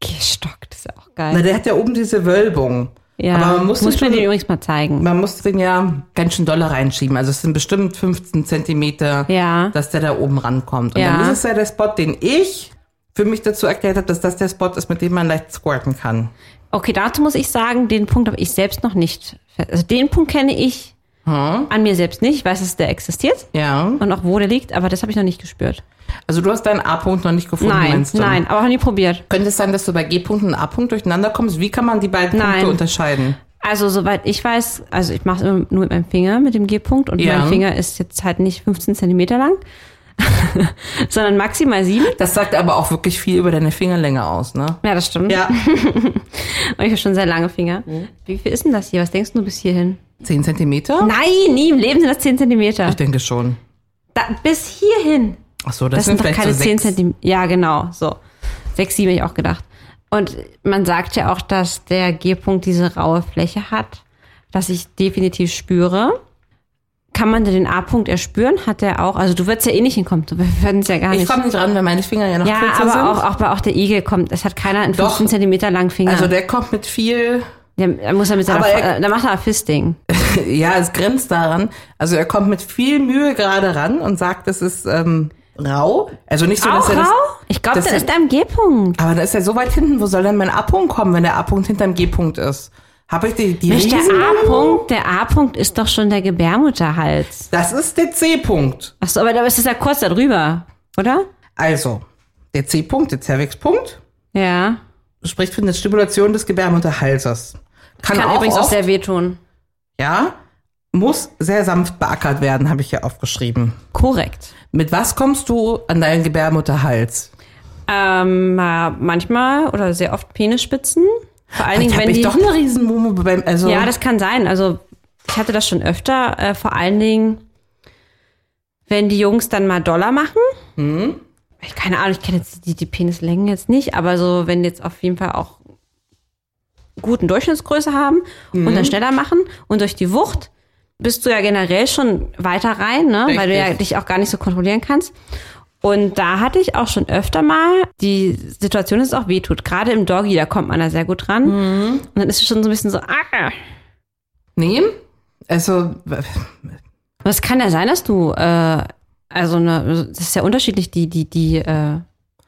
[SPEAKER 2] Gehstock, das ist ja auch geil.
[SPEAKER 3] Na, der hat ja oben diese Wölbung.
[SPEAKER 2] Ja,
[SPEAKER 3] aber man muss,
[SPEAKER 2] muss
[SPEAKER 3] den
[SPEAKER 2] mir den übrigens mal zeigen.
[SPEAKER 3] Man muss den ja ganz schön doll reinschieben. Also es sind bestimmt 15 Zentimeter, dass der da oben rankommt. Und
[SPEAKER 2] Ja.
[SPEAKER 3] dann ist es ja der Spot, den ich für mich dazu erklärt habe, dass das der Spot ist, mit dem man leicht squirten kann.
[SPEAKER 2] Okay, dazu muss ich sagen, den Punkt habe ich selbst noch nicht. fe- Also den Punkt kenne ich
[SPEAKER 3] Hm?
[SPEAKER 2] an mir selbst nicht. Ich weiß, dass der existiert.
[SPEAKER 3] Ja.
[SPEAKER 2] Und auch wo der liegt, aber das habe ich noch nicht gespürt.
[SPEAKER 3] Also du hast deinen A-Punkt noch nicht gefunden,
[SPEAKER 2] Nein,
[SPEAKER 3] meinst du?
[SPEAKER 2] nein, aber auch nie probiert.
[SPEAKER 3] Könnte es sein, dass du bei G-Punkt und A-Punkt durcheinander kommst? Wie kann man die beiden
[SPEAKER 2] Nein.
[SPEAKER 3] Punkte unterscheiden?
[SPEAKER 2] Also soweit ich weiß, also ich mache es immer nur mit meinem Finger, mit dem G-Punkt und
[SPEAKER 3] Ja.
[SPEAKER 2] mein Finger ist jetzt halt nicht 15 Zentimeter lang, sondern maximal sieben.
[SPEAKER 3] Das sagt aber auch wirklich viel über deine Fingerlänge aus, ne?
[SPEAKER 2] Ja, das stimmt. Mhm.
[SPEAKER 3] Ja.
[SPEAKER 2] Und ich habe schon sehr lange Finger. Wie viel ist denn das hier? Was denkst du bis hierhin?
[SPEAKER 3] 10 Zentimeter?
[SPEAKER 2] Nein, nie im Leben sind das 10 Zentimeter.
[SPEAKER 3] Ich denke schon.
[SPEAKER 2] Da, bis hierhin.
[SPEAKER 3] Ach so, das,
[SPEAKER 2] Das, sind doch
[SPEAKER 3] vielleicht
[SPEAKER 2] keine
[SPEAKER 3] so
[SPEAKER 2] 10
[SPEAKER 3] sechs.
[SPEAKER 2] Zentimeter. Ja, genau, so. 6, 7 habe ich auch gedacht. Und man sagt ja auch, dass der G-Punkt diese raue Fläche hat, dass ich definitiv spüre. Kann man denn den A-Punkt erspüren? Hat der auch? Also du wirst ja eh nicht hinkommen. Du- Wir werden es ja gar nicht.
[SPEAKER 3] Ich komme nicht ran, weil meine Finger ja noch
[SPEAKER 2] ja,
[SPEAKER 3] kürzer
[SPEAKER 2] aber
[SPEAKER 3] sind.
[SPEAKER 2] auch, auch bei auch der Igel kommt. Es hat keiner einen
[SPEAKER 3] Doch.
[SPEAKER 2] 15 Zentimeter langen Finger.
[SPEAKER 3] Also der kommt mit viel,
[SPEAKER 2] der, der muss ja mit seiner,
[SPEAKER 3] Aber er-
[SPEAKER 2] Fa- äh, da macht er Fisting.
[SPEAKER 3] ja, es grenzt daran. Also er kommt mit viel Mühe gerade ran und sagt, es ist ähm, rau. Also nicht so, dass
[SPEAKER 2] auch
[SPEAKER 3] er das.
[SPEAKER 2] rau? Ich glaube,
[SPEAKER 3] dass
[SPEAKER 2] das
[SPEAKER 3] er-
[SPEAKER 2] ist am G-Punkt.
[SPEAKER 3] Aber da ist er so weit hinten. Wo soll denn mein A-Punkt kommen, wenn der A-Punkt hinterm G-Punkt ist? Habe ich die, die
[SPEAKER 2] Mensch, der
[SPEAKER 3] Riesen-
[SPEAKER 2] A-Punkt, der A-Punkt ist doch schon der Gebärmutterhals.
[SPEAKER 3] Das ist der C-Punkt.
[SPEAKER 2] Achso, aber da ist es ja kurz darüber, oder?
[SPEAKER 3] Also, der C-Punkt, der Cervix-Punkt,
[SPEAKER 2] Ja.
[SPEAKER 3] spricht für eine Stimulation des Gebärmutterhalses. Kann,
[SPEAKER 2] Kann,
[SPEAKER 3] auch,
[SPEAKER 2] übrigens auch
[SPEAKER 3] oft,
[SPEAKER 2] sehr wehtun.
[SPEAKER 3] ja, muss sehr sanft beackert werden, habe ich hier aufgeschrieben.
[SPEAKER 2] Korrekt.
[SPEAKER 3] Mit was kommst du an deinen Gebärmutterhals?
[SPEAKER 2] Ähm, äh, manchmal oder sehr oft Penisspitzen. Vor allen Dingen,
[SPEAKER 3] Vielleicht hab
[SPEAKER 2] wenn
[SPEAKER 3] ich
[SPEAKER 2] die.
[SPEAKER 3] doch eine Riesenmumu beim, also,
[SPEAKER 2] ja, das kann sein. Also ich hatte das schon öfter. Äh, vor allen Dingen, wenn die Jungs dann mal Dollar machen. Ich keine Ahnung, ich kenne jetzt die, die Penislängen jetzt nicht, aber so, wenn die jetzt auf jeden Fall auch guten Durchschnittsgröße haben und dann schneller machen und durch die Wucht bist du ja generell schon weiter rein, ne? weil du ja
[SPEAKER 3] Richtig.
[SPEAKER 2] dich auch gar nicht so kontrollieren kannst. Und da hatte ich auch schon öfter mal die Situation, dass es auch wehtut. Gerade im Doggy, da kommt man da sehr gut ran. Und dann ist es schon so ein bisschen so, ah.
[SPEAKER 3] nee, also,
[SPEAKER 2] Aber es kann ja sein, dass du, äh, also eine, das ist ja unterschiedlich, die, die, die, äh,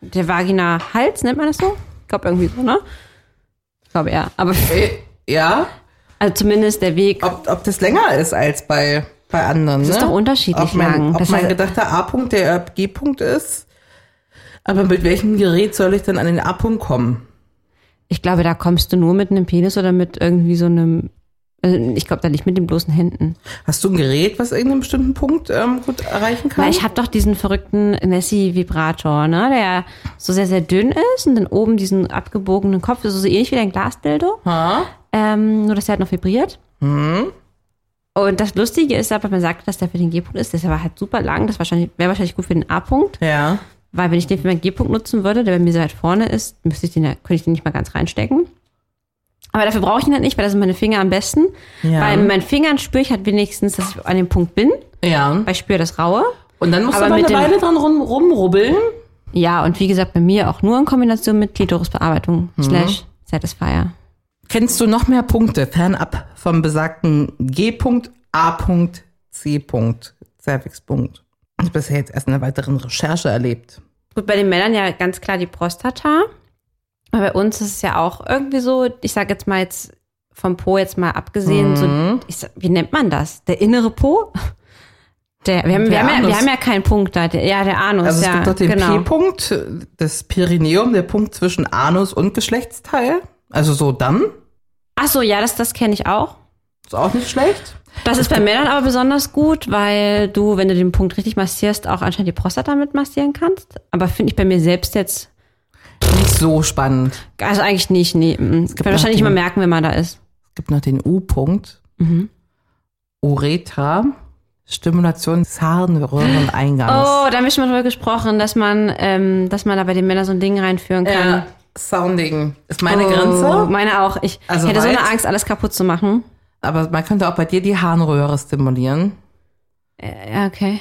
[SPEAKER 2] der Vagina-Hals, nennt man das so? Ich glaube irgendwie so, ne? Ich glaube ja. Aber
[SPEAKER 3] äh, ja,
[SPEAKER 2] also zumindest der Weg.
[SPEAKER 3] ob, ob das länger ist als bei, bei anderen,
[SPEAKER 2] Das
[SPEAKER 3] ne?
[SPEAKER 2] ist doch unterschiedlich
[SPEAKER 3] ob mein,
[SPEAKER 2] lang.
[SPEAKER 3] Ob
[SPEAKER 2] Das
[SPEAKER 3] mein
[SPEAKER 2] heißt-
[SPEAKER 3] gedachter A-Punkt der äh, G-Punkt ist, aber mit welchem Gerät soll ich denn an den A-Punkt kommen?
[SPEAKER 2] Ich glaube, da kommst du nur mit einem Penis oder mit irgendwie so einem. Also ich glaube, da nicht mit den bloßen Händen.
[SPEAKER 3] Hast du ein Gerät, was irgendeinen bestimmten Punkt ähm, gut erreichen kann?
[SPEAKER 2] Weil ich habe doch diesen verrückten Nessie-Vibrator, ne? Der so sehr, sehr dünn ist und dann oben diesen abgebogenen Kopf, also so ähnlich wie dein Glasdildo.
[SPEAKER 3] ha? Hm?
[SPEAKER 2] Ähm, nur, dass er halt noch vibriert. Und das Lustige ist aber, man sagt, dass der für den G-Punkt ist, der ist aber halt super lang. Das wahrscheinlich, wäre wahrscheinlich gut für den A-Punkt.
[SPEAKER 3] Ja.
[SPEAKER 2] Weil wenn ich den für meinen G-Punkt nutzen würde, der bei mir so weit vorne ist, müsste ich den, ja- könnte ich den nicht mal ganz reinstecken. Aber dafür brauche ich ihn halt nicht, weil da sind meine Finger am besten.
[SPEAKER 3] Ja.
[SPEAKER 2] Weil mit meinen Fingern spüre ich halt wenigstens, dass ich an dem Punkt bin.
[SPEAKER 3] ja.
[SPEAKER 2] Weil ich spüre das Raue.
[SPEAKER 3] Und dann musst
[SPEAKER 2] Aber
[SPEAKER 3] du aber
[SPEAKER 2] mit
[SPEAKER 3] eine
[SPEAKER 2] dem-
[SPEAKER 3] Weile dran rum, rumrubbeln.
[SPEAKER 2] Ja, und wie gesagt, bei mir auch nur in Kombination mit Klitorisbearbeitung slash Satisfier.
[SPEAKER 3] Kennst du noch mehr Punkte fernab vom besagten G-Punkt, A-Punkt, C-Punkt, Cervix-Punkt? Ich habe bisher jetzt erst in einer weiteren Recherche erlebt.
[SPEAKER 2] Gut, bei den Männern ja ganz klar die Prostata. Aber bei uns ist es ja auch irgendwie so, ich sage jetzt mal jetzt vom Po jetzt mal abgesehen, so, ich sag, wie nennt man das? Der innere Po? Der, wir, haben,
[SPEAKER 3] Der
[SPEAKER 2] wir, haben ja, wir
[SPEAKER 3] Anus.
[SPEAKER 2] haben ja keinen Punkt da. Der, ja, der Anus.
[SPEAKER 3] Also es
[SPEAKER 2] ja,
[SPEAKER 3] gibt doch den
[SPEAKER 2] genau.
[SPEAKER 3] P-Punkt, das Perineum, der Punkt zwischen Anus und Geschlechtsteil. Also so Damm,
[SPEAKER 2] Ach so, ja, das, das kenne ich auch.
[SPEAKER 3] ist auch nicht schlecht.
[SPEAKER 2] Das ist bei Männern aber besonders gut, weil du, wenn du den Punkt richtig massierst, auch anscheinend die Prostata mit massieren kannst. Aber finde ich bei mir selbst jetzt
[SPEAKER 3] Nicht so spannend.
[SPEAKER 2] Also eigentlich nicht, nee. mm, mm. Ich werde wahrscheinlich
[SPEAKER 3] noch
[SPEAKER 2] mal
[SPEAKER 3] den-
[SPEAKER 2] merken, wenn man da ist.
[SPEAKER 3] Es gibt noch den U-Punkt.
[SPEAKER 2] Mhm.
[SPEAKER 3] Uretra. Stimulation des Harnröhreneingangs.
[SPEAKER 2] Oh, da haben wir schon mal drüber gesprochen, dass man, ähm, dass man da bei den Männern so ein Ding reinführen kann.
[SPEAKER 3] Ja, Sounding. Ist meine
[SPEAKER 2] Oh,
[SPEAKER 3] Grenze.
[SPEAKER 2] Meine auch. Ich
[SPEAKER 3] Also
[SPEAKER 2] hätte so
[SPEAKER 3] weit?
[SPEAKER 2] eine Angst, alles kaputt zu machen.
[SPEAKER 3] Aber man könnte auch bei dir die Harnröhre stimulieren.
[SPEAKER 2] Ja, okay.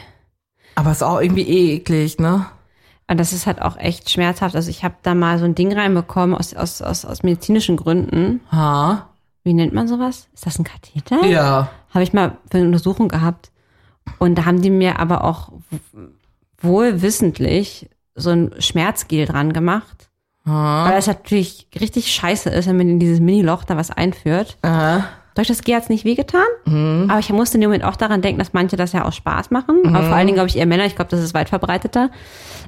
[SPEAKER 3] Aber ist auch irgendwie eklig, ne?
[SPEAKER 2] Und das ist halt auch echt schmerzhaft. Also ich habe da mal so ein Ding reinbekommen aus, aus, aus, aus medizinischen Gründen.
[SPEAKER 3] Ha.
[SPEAKER 2] Wie nennt man sowas? Ist das ein Katheter?
[SPEAKER 3] Ja.
[SPEAKER 2] Habe ich mal für eine Untersuchung gehabt. Und da haben die mir aber auch w- wohlwissentlich so ein Schmerzgel dran gemacht.
[SPEAKER 3] Ha.
[SPEAKER 2] Weil das natürlich richtig scheiße ist, wenn man in dieses Mini-Loch da was einführt. Durch das Gel hat's nicht wehgetan, aber ich musste in dem Moment auch daran denken, dass manche das ja auch Spaß machen. Aber vor allen Dingen, glaube ich, eher Männer. Ich glaube, das ist weit verbreiteter.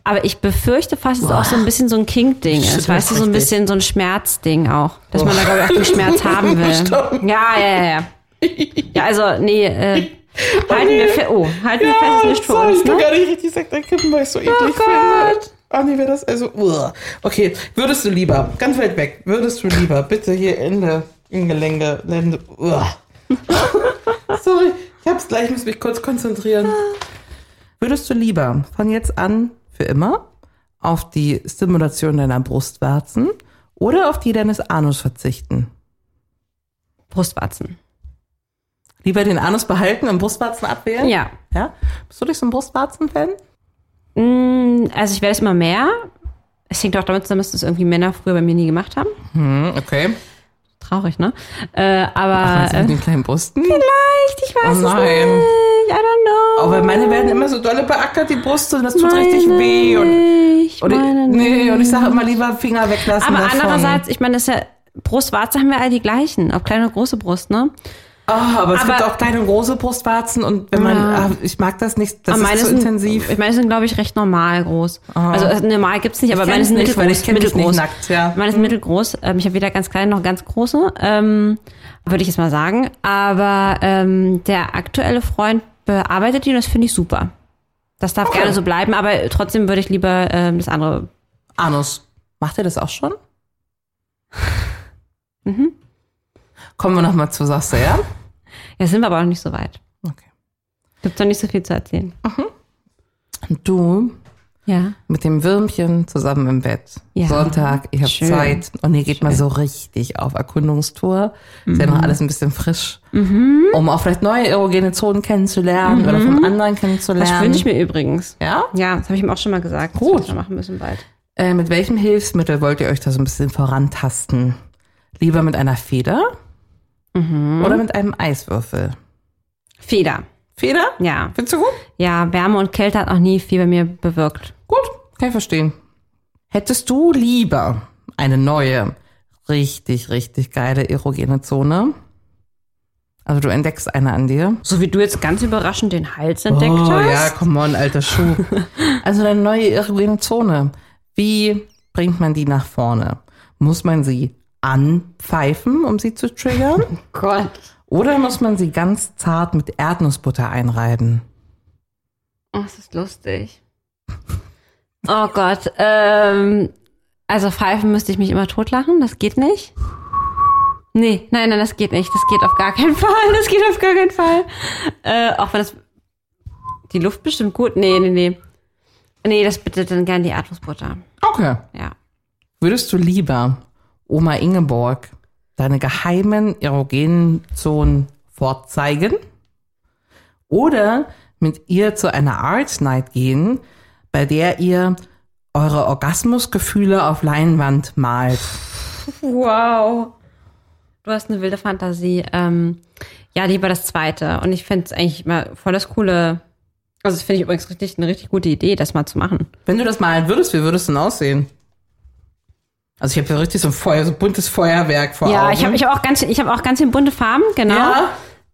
[SPEAKER 2] Aber ich befürchte fast, dass es auch so ein bisschen so ein Kink-Ding ist.
[SPEAKER 3] Stimmt,
[SPEAKER 2] Weißt du, so ein
[SPEAKER 3] richtig.
[SPEAKER 2] bisschen so ein Schmerzding auch. Dass man da,
[SPEAKER 3] Boah.
[SPEAKER 2] glaube ich, auch den Schmerz haben will. Ja, ja, ja. Ja, also, nee, äh, halten wir fest. Oh, halten wir fest, ist nicht für
[SPEAKER 3] sorry,
[SPEAKER 2] uns,
[SPEAKER 3] ich kann
[SPEAKER 2] ne? Oh
[SPEAKER 3] gar nicht richtig Sekt einkippen, weil ich so eklig finde. Ah, nee, wäre das also. uah. Okay, würdest du lieber, ganz weit weg, würdest du lieber, bitte hier Ende, Ingelänge, Lende. uah. sorry, ich hab's gleich, muss mich kurz konzentrieren. Würdest du lieber von jetzt an für immer auf die Stimulation deiner Brustwarzen oder auf die deines Anus verzichten?
[SPEAKER 2] Brustwarzen.
[SPEAKER 3] Lieber den Anus behalten und Brustwarzen abwählen?
[SPEAKER 2] Ja.
[SPEAKER 3] ja? Bist du dich so ein Brustwarzen-Fan?
[SPEAKER 2] Mm, Also, ich werde es immer mehr. Es hängt auch damit zusammen, dass das irgendwie Männer früher bei mir nie gemacht haben.
[SPEAKER 3] Hm, okay.
[SPEAKER 2] Traurig, ne? Äh,
[SPEAKER 3] Ach,
[SPEAKER 2] aber.
[SPEAKER 3] mit
[SPEAKER 2] äh,
[SPEAKER 3] den kleinen Brusten?
[SPEAKER 2] Vielleicht, ich weiß
[SPEAKER 3] Oh nein.
[SPEAKER 2] es nicht. I don't know.
[SPEAKER 3] Aber meine werden immer so dolle beackert, die Brust, und das tut richtig
[SPEAKER 2] Meine
[SPEAKER 3] weh. Und,
[SPEAKER 2] nicht,
[SPEAKER 3] und ich,
[SPEAKER 2] meine
[SPEAKER 3] nee,
[SPEAKER 2] nicht.
[SPEAKER 3] und ich sage immer lieber Finger weglassen.
[SPEAKER 2] Aber
[SPEAKER 3] davon.
[SPEAKER 2] andererseits, ich meine, das ist ja, Brustwarze haben wir alle die gleichen. Ob kleine oder große Brust, ne?
[SPEAKER 3] Ah, aber es
[SPEAKER 2] aber-
[SPEAKER 3] gibt auch kleine und große Brustwarzen und wenn man,
[SPEAKER 2] Ja.
[SPEAKER 3] ah, ich mag das nicht, das
[SPEAKER 2] aber meine
[SPEAKER 3] ist zu
[SPEAKER 2] sind,
[SPEAKER 3] intensiv.
[SPEAKER 2] Ich meine, die sind, glaube ich, recht normal groß. Also äh, normal gibt's nicht, aber meine
[SPEAKER 3] kenn's
[SPEAKER 2] sind
[SPEAKER 3] nicht, weil
[SPEAKER 2] mittelgroß.
[SPEAKER 3] ich kenn mich nicht
[SPEAKER 2] mittelgroß.
[SPEAKER 3] nackt, Mhm. ja.
[SPEAKER 2] Meine sind mittelgroß. Ähm, ich habe weder ganz kleine noch ganz große, ähm, würde ich jetzt mal sagen. Aber ähm, der aktuelle Freund bearbeitet die und das finde ich super. Das darf gerne so bleiben, aber trotzdem würde ich lieber ähm, das andere.
[SPEAKER 3] Anus. Macht ihr das auch schon?
[SPEAKER 2] Mhm.
[SPEAKER 3] Kommen wir nochmal zu Sasse, ja?
[SPEAKER 2] Ja, sind wir aber auch nicht so weit.
[SPEAKER 3] Okay.
[SPEAKER 2] Gibt's doch nicht so viel zu erzählen.
[SPEAKER 3] Und du
[SPEAKER 2] Ja.
[SPEAKER 3] mit dem Würmchen zusammen im Bett.
[SPEAKER 2] Ja.
[SPEAKER 3] Sonntag, ihr habt
[SPEAKER 2] Schön.
[SPEAKER 3] Zeit. Und ihr geht mal so richtig auf Erkundungstour. Ist ja
[SPEAKER 2] Mhm.
[SPEAKER 3] noch alles ein bisschen frisch. Um auch vielleicht neue erogene Zonen kennenzulernen oder vom anderen
[SPEAKER 2] Mhm. Das
[SPEAKER 3] kennenzulernen.
[SPEAKER 2] wünsche ich mir übrigens.
[SPEAKER 3] Ja?
[SPEAKER 2] Ja, das habe ich ihm auch schon mal gesagt. dass wir
[SPEAKER 3] Ähm. Gut.
[SPEAKER 2] Das machen müssen bald.
[SPEAKER 3] Äh, mit welchem Hilfsmittel wollt ihr euch da so ein bisschen vorantasten? Lieber mit einer Feder
[SPEAKER 2] Mhm.
[SPEAKER 3] oder mit einem Eiswürfel?
[SPEAKER 2] Feder.
[SPEAKER 3] Feder?
[SPEAKER 2] Ja.
[SPEAKER 3] Findest du gut?
[SPEAKER 2] Ja, Wärme und Kälte hat noch nie viel bei mir bewirkt.
[SPEAKER 3] Gut, kann ich verstehen. Hättest du lieber eine neue, richtig, richtig geile erogene Zone? Also du entdeckst eine an dir.
[SPEAKER 2] So wie du jetzt ganz überraschend den Hals entdeckt
[SPEAKER 3] oh,
[SPEAKER 2] hast.
[SPEAKER 3] ja, come on, alter Schuh. also eine neue erogene Zone. Wie bringt man die nach vorne? Muss man sie anpfeifen, um sie zu triggern?
[SPEAKER 2] Oh Gott.
[SPEAKER 3] Oder muss man sie ganz zart mit Erdnussbutter einreiben?
[SPEAKER 2] Oh, das ist lustig. Oh Gott. Ähm, also pfeifen müsste ich mich immer totlachen. Das geht nicht. Nee, nein, nein, das geht nicht. Das geht auf gar keinen Fall. Das geht auf gar keinen Fall. Äh, auch wenn das... Die Luft bestimmt gut. Nee, nee, nee. Nee, das bitte dann gerne die Erdnussbutter.
[SPEAKER 3] Okay.
[SPEAKER 2] Ja.
[SPEAKER 3] Würdest du lieber Oma Ingeborg deine geheimen erogenen Zonen vorzeigen? Oder mit ihr zu einer Art Night gehen, bei der ihr eure Orgasmusgefühle auf Leinwand malt?
[SPEAKER 2] Wow. Du hast eine wilde Fantasie. Ähm, ja, lieber das zweite. Und ich finde es eigentlich mal voll das coole. Also, das finde ich übrigens richtig, eine richtig gute Idee, das mal zu machen.
[SPEAKER 3] Wenn du das malen würdest, wie würdest du denn aussehen? Also ich habe hier richtig so ein Feuer, so ein buntes Feuerwerk vor
[SPEAKER 2] ja,
[SPEAKER 3] Augen.
[SPEAKER 2] ich habe ich hab auch ganz, schön- ich habe auch ganz schön bunte Farben, genau.
[SPEAKER 3] Ja.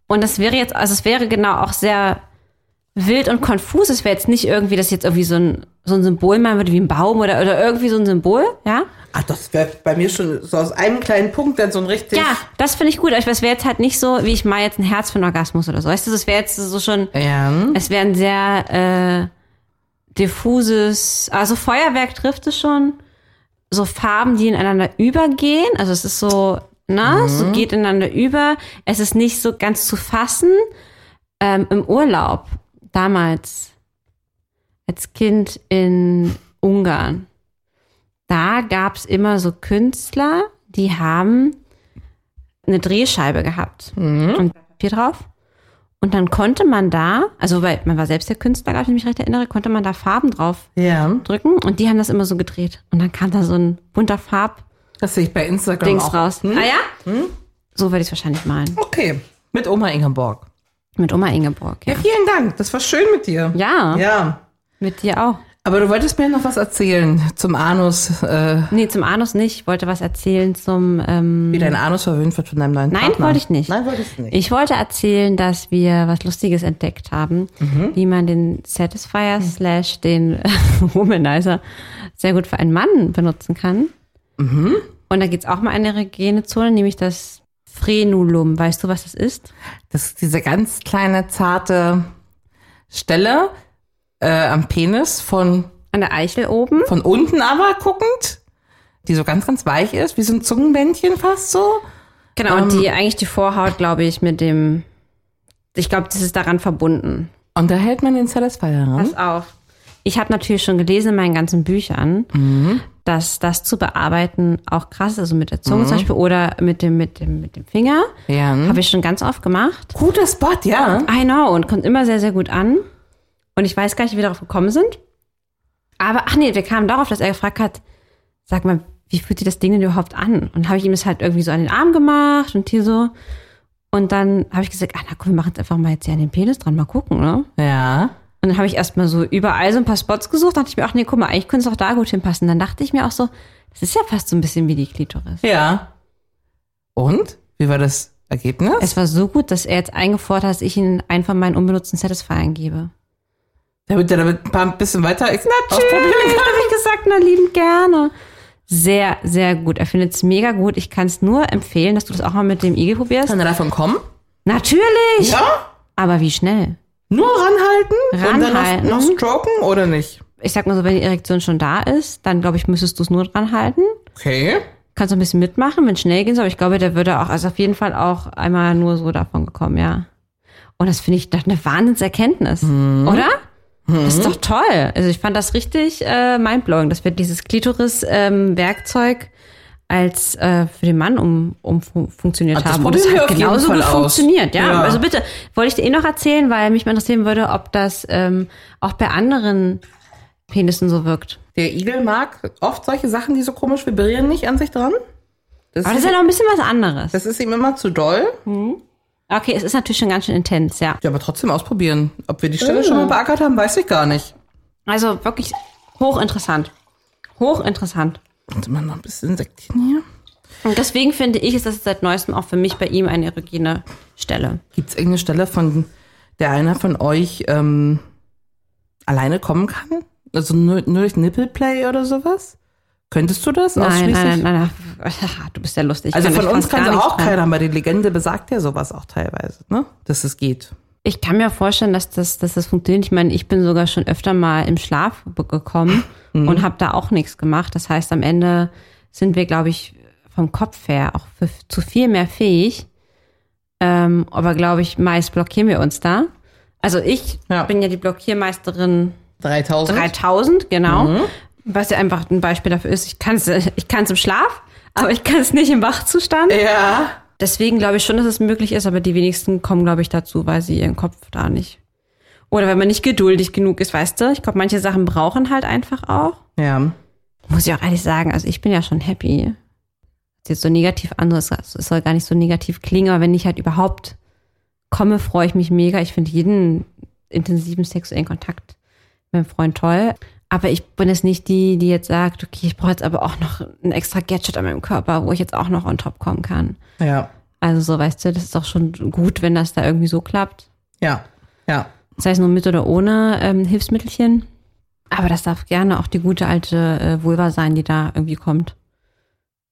[SPEAKER 2] Und das wäre jetzt, also es wäre genau auch sehr wild und konfus. Es wäre jetzt nicht irgendwie, dass ich jetzt irgendwie so ein, so ein Symbol machen würde, wie ein Baum oder, oder irgendwie so ein Symbol, ja?
[SPEAKER 3] Ach, Ah, das wäre bei mir schon so aus einem kleinen Punkt dann so ein richtig.
[SPEAKER 2] Ja, das finde ich gut. Aber ich- es wäre jetzt halt nicht so, wie ich mal jetzt ein Herz für einen Orgasmus oder so. Weißt du, das wäre jetzt so schon
[SPEAKER 3] Ja.
[SPEAKER 2] Es wäre ein sehr äh, diffuses, also Feuerwerk trifft es schon. so Farben, die ineinander übergehen. Also es ist so, ne,
[SPEAKER 10] Mhm.
[SPEAKER 2] so geht ineinander über. Es ist nicht so ganz zu fassen. Ähm, Im Urlaub damals als Kind in Ungarn, da gab es immer so Künstler, die haben eine Drehscheibe gehabt und Papier drauf. Und dann konnte man da, also weil man war selbst der Künstler, glaube ich, wenn ich mich recht erinnere, konnte man da Farben drauf drücken und die haben das immer so gedreht. Und dann kam da so ein bunter Farb.
[SPEAKER 3] Das sehe ich bei Instagram
[SPEAKER 2] Dings
[SPEAKER 3] auch.
[SPEAKER 2] raus.
[SPEAKER 3] Hm?
[SPEAKER 2] Ah ja? So werde ich es wahrscheinlich malen.
[SPEAKER 3] Okay. Mit Oma Ingeborg.
[SPEAKER 2] Mit Oma Ingeborg,
[SPEAKER 3] ja. vielen Dank. Das war schön mit dir.
[SPEAKER 2] Ja.
[SPEAKER 3] Ja.
[SPEAKER 2] Mit dir auch.
[SPEAKER 3] Aber du wolltest mir noch was erzählen zum Anus. Äh,
[SPEAKER 2] nee, zum Anus nicht. Ich wollte was erzählen zum. Ähm,
[SPEAKER 3] wie dein Anus verwöhnt wird von deinem neuen
[SPEAKER 2] Nein,
[SPEAKER 3] Partner.
[SPEAKER 2] wollte ich nicht.
[SPEAKER 3] Hm. Nein, wolltest du nicht.
[SPEAKER 2] Ich wollte erzählen, dass wir was Lustiges entdeckt haben, wie man den Satisfier slash den Womanizer sehr gut für einen Mann benutzen kann. Und da geht's auch mal in eine Genezone, nämlich das Frenulum. Weißt du, was das ist?
[SPEAKER 3] Das ist diese ganz kleine, zarte Stelle äh, am Penis von.
[SPEAKER 2] An der Eichel oben?
[SPEAKER 3] Von unten aber guckend, die so ganz, ganz weich ist, wie so ein Zungenbändchen fast so.
[SPEAKER 2] Genau, und die eigentlich die Vorhaut, glaube ich, mit dem. Ich glaube, das ist daran verbunden.
[SPEAKER 3] Und da hält man den Satisfier ran.
[SPEAKER 2] Pass auf. Ich habe natürlich schon gelesen in meinen ganzen Büchern, dass das zu bearbeiten auch krass ist, also mit der Zunge
[SPEAKER 3] Mhm.
[SPEAKER 2] zum Beispiel oder mit dem, mit dem, mit dem Finger.
[SPEAKER 3] Ja.
[SPEAKER 2] Habe ich schon ganz oft gemacht.
[SPEAKER 3] Guter Spot, ja.
[SPEAKER 2] I know, und kommt immer sehr, sehr gut an. Und ich weiß gar nicht, wie wir darauf gekommen sind. Aber, ach nee, wir kamen darauf, dass er gefragt hat, sag mal, wie fühlt sich das Ding denn überhaupt an? Und habe ich ihm das halt irgendwie so an den Arm gemacht und hier so. Und dann habe ich gesagt, ach na komm, wir machen jetzt einfach mal jetzt hier an den Penis dran, mal gucken, ne?
[SPEAKER 3] Ja.
[SPEAKER 2] Und dann habe ich erstmal so überall so ein paar Spots gesucht, dachte ich mir, ach nee, guck mal, eigentlich könnte es auch da gut hinpassen. Dann dachte ich mir auch so, das ist ja fast so ein bisschen wie die Klitoris.
[SPEAKER 3] Ja. Und? Wie war das Ergebnis?
[SPEAKER 2] Es war so gut, dass er jetzt eingefordert hat, dass ich ihn einfach meinen unbenutzten Satisfier gebe.
[SPEAKER 3] Damit er damit ein paar bisschen weiter ausprobieren
[SPEAKER 2] Natürlich,
[SPEAKER 3] kann.
[SPEAKER 2] habe ich gesagt, na lieben gerne. Sehr, sehr gut. Er findet es mega gut. Ich kann es nur empfehlen, dass du das auch mal mit dem Igel probierst.
[SPEAKER 3] Kann er davon kommen?
[SPEAKER 2] Natürlich.
[SPEAKER 3] Ja?
[SPEAKER 2] Aber wie schnell?
[SPEAKER 3] Nur ranhalten? Und dann
[SPEAKER 2] Ranhalten.
[SPEAKER 3] noch, noch stroken oder nicht?
[SPEAKER 2] Ich sag mal so, wenn die Erektion schon da ist, dann glaube ich, müsstest du es nur dran halten.
[SPEAKER 3] Okay.
[SPEAKER 2] Kannst du ein bisschen mitmachen, wenn es schnell gehen soll. Aber ich glaube, der würde auch, also auf jeden Fall auch einmal nur so davon gekommen, ja. Und das finde ich doch eine Wahnsinnserkenntnis,
[SPEAKER 3] Mhm.
[SPEAKER 2] oder? Das ist doch toll. Also ich fand das richtig äh, mindblowing, dass wir dieses Klitoris-Werkzeug als äh, für den Mann um, um fu- funktioniert
[SPEAKER 3] Ah, das
[SPEAKER 2] haben. Und das
[SPEAKER 3] probieren
[SPEAKER 2] hat
[SPEAKER 3] wir auf jeden
[SPEAKER 2] genauso
[SPEAKER 3] Fall
[SPEAKER 2] gut
[SPEAKER 3] aus.
[SPEAKER 2] funktioniert, ja?
[SPEAKER 3] Ja.
[SPEAKER 2] Also bitte, wollte ich dir eh noch erzählen, weil mich mal interessieren würde, ob das ähm, auch bei anderen Penissen so wirkt.
[SPEAKER 3] Der Igel mag oft solche Sachen, die so komisch vibrieren, nicht an sich dran. halt-
[SPEAKER 2] Aber das ist ja noch ein bisschen was anderes.
[SPEAKER 3] Das ist ihm immer zu doll.
[SPEAKER 2] Okay, es ist natürlich schon ganz schön intens, ja.
[SPEAKER 3] Ja, aber trotzdem ausprobieren. Ob wir die Stelle
[SPEAKER 2] Mhm.
[SPEAKER 3] schon mal beackert haben, weiß ich gar nicht.
[SPEAKER 2] Also wirklich hochinteressant. Hochinteressant.
[SPEAKER 3] Und immer noch ein bisschen Insektchen hier.
[SPEAKER 2] Und deswegen finde ich, ist das seit neuestem auch für mich bei ihm eine erogene Stelle.
[SPEAKER 3] Gibt es irgendeine Stelle, von der einer von euch ähm, alleine kommen kann? Also nur, nur durch Nippelplay oder sowas? Könntest du das
[SPEAKER 2] Nein,
[SPEAKER 3] ausschließlich?
[SPEAKER 2] nein, nein, nein, nein. Du bist ja lustig.
[SPEAKER 3] Also
[SPEAKER 2] Kann
[SPEAKER 3] von
[SPEAKER 2] ich
[SPEAKER 3] uns
[SPEAKER 2] fast gar
[SPEAKER 3] kann es
[SPEAKER 2] nicht
[SPEAKER 3] auch
[SPEAKER 2] sagen.
[SPEAKER 3] keiner, aber die Legende besagt ja sowas auch teilweise, ne? Dass es geht.
[SPEAKER 2] Ich kann mir vorstellen, dass das, dass das funktioniert. Ich meine, ich bin sogar schon öfter mal im Schlaf be- gekommen
[SPEAKER 3] Mhm.
[SPEAKER 2] und habe da auch nichts gemacht. Das heißt, am Ende sind wir, glaube ich, vom Kopf her auch für, zu viel mehr fähig. Ähm, aber glaube ich, meist blockieren wir uns da. Also ich bin ja die Blockiermeisterin
[SPEAKER 3] 3000.
[SPEAKER 2] 3000, genau.
[SPEAKER 3] Mhm.
[SPEAKER 2] Was ja einfach ein Beispiel dafür ist, ich kann es ich kann's im Schlaf, aber ich kann es nicht im Wachzustand.
[SPEAKER 3] Äh. Ja.
[SPEAKER 2] Deswegen glaube ich schon, dass es möglich ist, aber die wenigsten kommen, glaube ich, dazu, weil sie ihren Kopf da nicht. Oder wenn man nicht geduldig genug ist, weißt du? Ich glaube, manche Sachen brauchen halt einfach auch.
[SPEAKER 3] Ja.
[SPEAKER 2] Muss ich auch ehrlich sagen, also ich bin ja schon happy. Ist jetzt so negativ an, so ist- es soll gar nicht so negativ klingen, aber wenn ich halt überhaupt komme, freue ich mich mega. Ich finde jeden intensiven sexuellen Kontakt mit meinem Freund toll. Aber ich bin jetzt nicht die, die jetzt sagt, okay, ich brauche jetzt aber auch noch ein extra Gadget an meinem Körper, wo ich jetzt auch noch on top kommen kann.
[SPEAKER 3] Ja.
[SPEAKER 2] Also so, weißt du, das ist doch schon gut, wenn das da irgendwie so klappt.
[SPEAKER 3] Ja. Ja.
[SPEAKER 2] Sei es nur mit oder ohne ähm, Hilfsmittelchen. Aber das darf gerne auch die gute alte äh, Vulva sein, die da irgendwie kommt.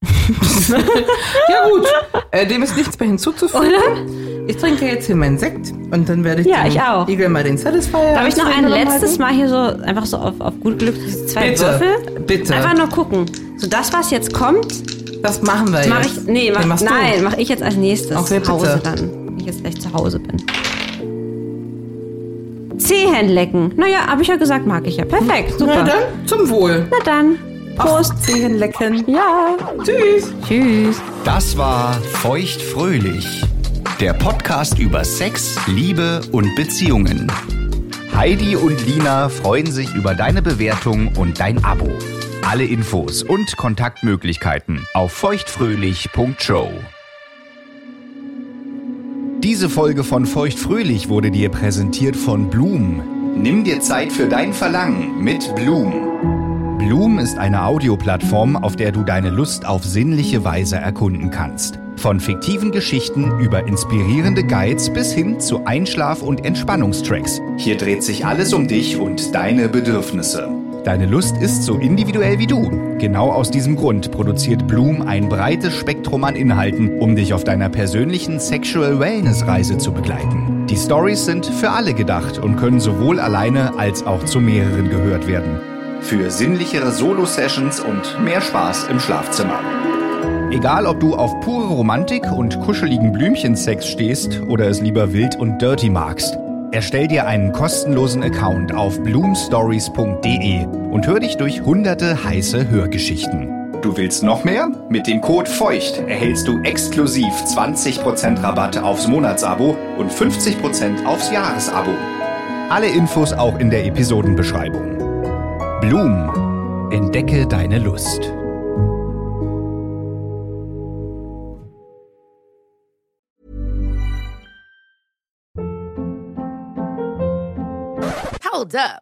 [SPEAKER 3] Ja gut. Äh, dem ist nichts mehr hinzuzufügen. Ich trinke jetzt hier meinen Sekt und dann werde ich
[SPEAKER 2] Ja,
[SPEAKER 3] dem
[SPEAKER 2] ich auch.
[SPEAKER 3] Igel mal den Satisfier.
[SPEAKER 2] Darf ich noch ein
[SPEAKER 3] ausführen lassen?
[SPEAKER 2] letztes Mal hier so, einfach so auf, auf gut Glück, diese zwei
[SPEAKER 3] Bitte,
[SPEAKER 2] Würfel?
[SPEAKER 3] bitte.
[SPEAKER 2] Einfach nur gucken. So, das, was jetzt kommt,
[SPEAKER 3] Das machen wir
[SPEAKER 2] mach
[SPEAKER 3] jetzt.
[SPEAKER 2] ich, nee, mach,
[SPEAKER 3] Den machst du.
[SPEAKER 2] nein, mache ich jetzt als nächstes
[SPEAKER 3] Okay,
[SPEAKER 2] zu Hause
[SPEAKER 3] bitte.
[SPEAKER 2] dann, wenn ich jetzt gleich zu Hause bin. Zehen lecken. Naja, habe ich ja gesagt, mag ich ja. Perfekt, super.
[SPEAKER 3] Na dann, zum Wohl.
[SPEAKER 2] Na dann.
[SPEAKER 3] Prost. Zehen lecken.
[SPEAKER 2] Ja.
[SPEAKER 3] Tschüss.
[SPEAKER 2] Tschüss.
[SPEAKER 1] Das war Feuchtfröhlich, der Podcast über Sex, Liebe und Beziehungen. Heidi und Lina freuen sich über deine Bewertung und dein Abo. Alle Infos und Kontaktmöglichkeiten auf feuchtfröhlich.show. Diese Folge von Feuchtfröhlich wurde dir präsentiert von Blum. Nimm dir Zeit für dein Verlangen mit Blum. Bloom ist eine Audioplattform, auf der du deine Lust auf sinnliche Weise erkunden kannst. Von fiktiven Geschichten über inspirierende Guides bis hin zu Einschlaf- und Entspannungstracks. Hier dreht sich alles um dich und deine Bedürfnisse. Deine Lust ist so individuell wie du. Genau aus diesem Grund produziert Bloom ein breites Spektrum an Inhalten, um dich auf deiner persönlichen Sexual Wellness Reise zu begleiten. Die Stories sind für alle gedacht und können sowohl alleine als auch zu mehreren gehört werden für sinnlichere Solo-Sessions und mehr Spaß im Schlafzimmer. Egal, ob du auf pure Romantik und kuscheligen Blümchensex stehst oder es lieber wild und dirty magst, erstell dir einen kostenlosen Account auf bloomstories.de und hör dich durch hunderte heiße Hörgeschichten. Du willst noch mehr? Mit dem Code FEUCHT erhältst du exklusiv 20% Rabatt aufs Monatsabo und 50% aufs Jahresabo. Alle Infos auch in der Episodenbeschreibung. Blum. Entdecke deine Lust.
[SPEAKER 4] Hold up.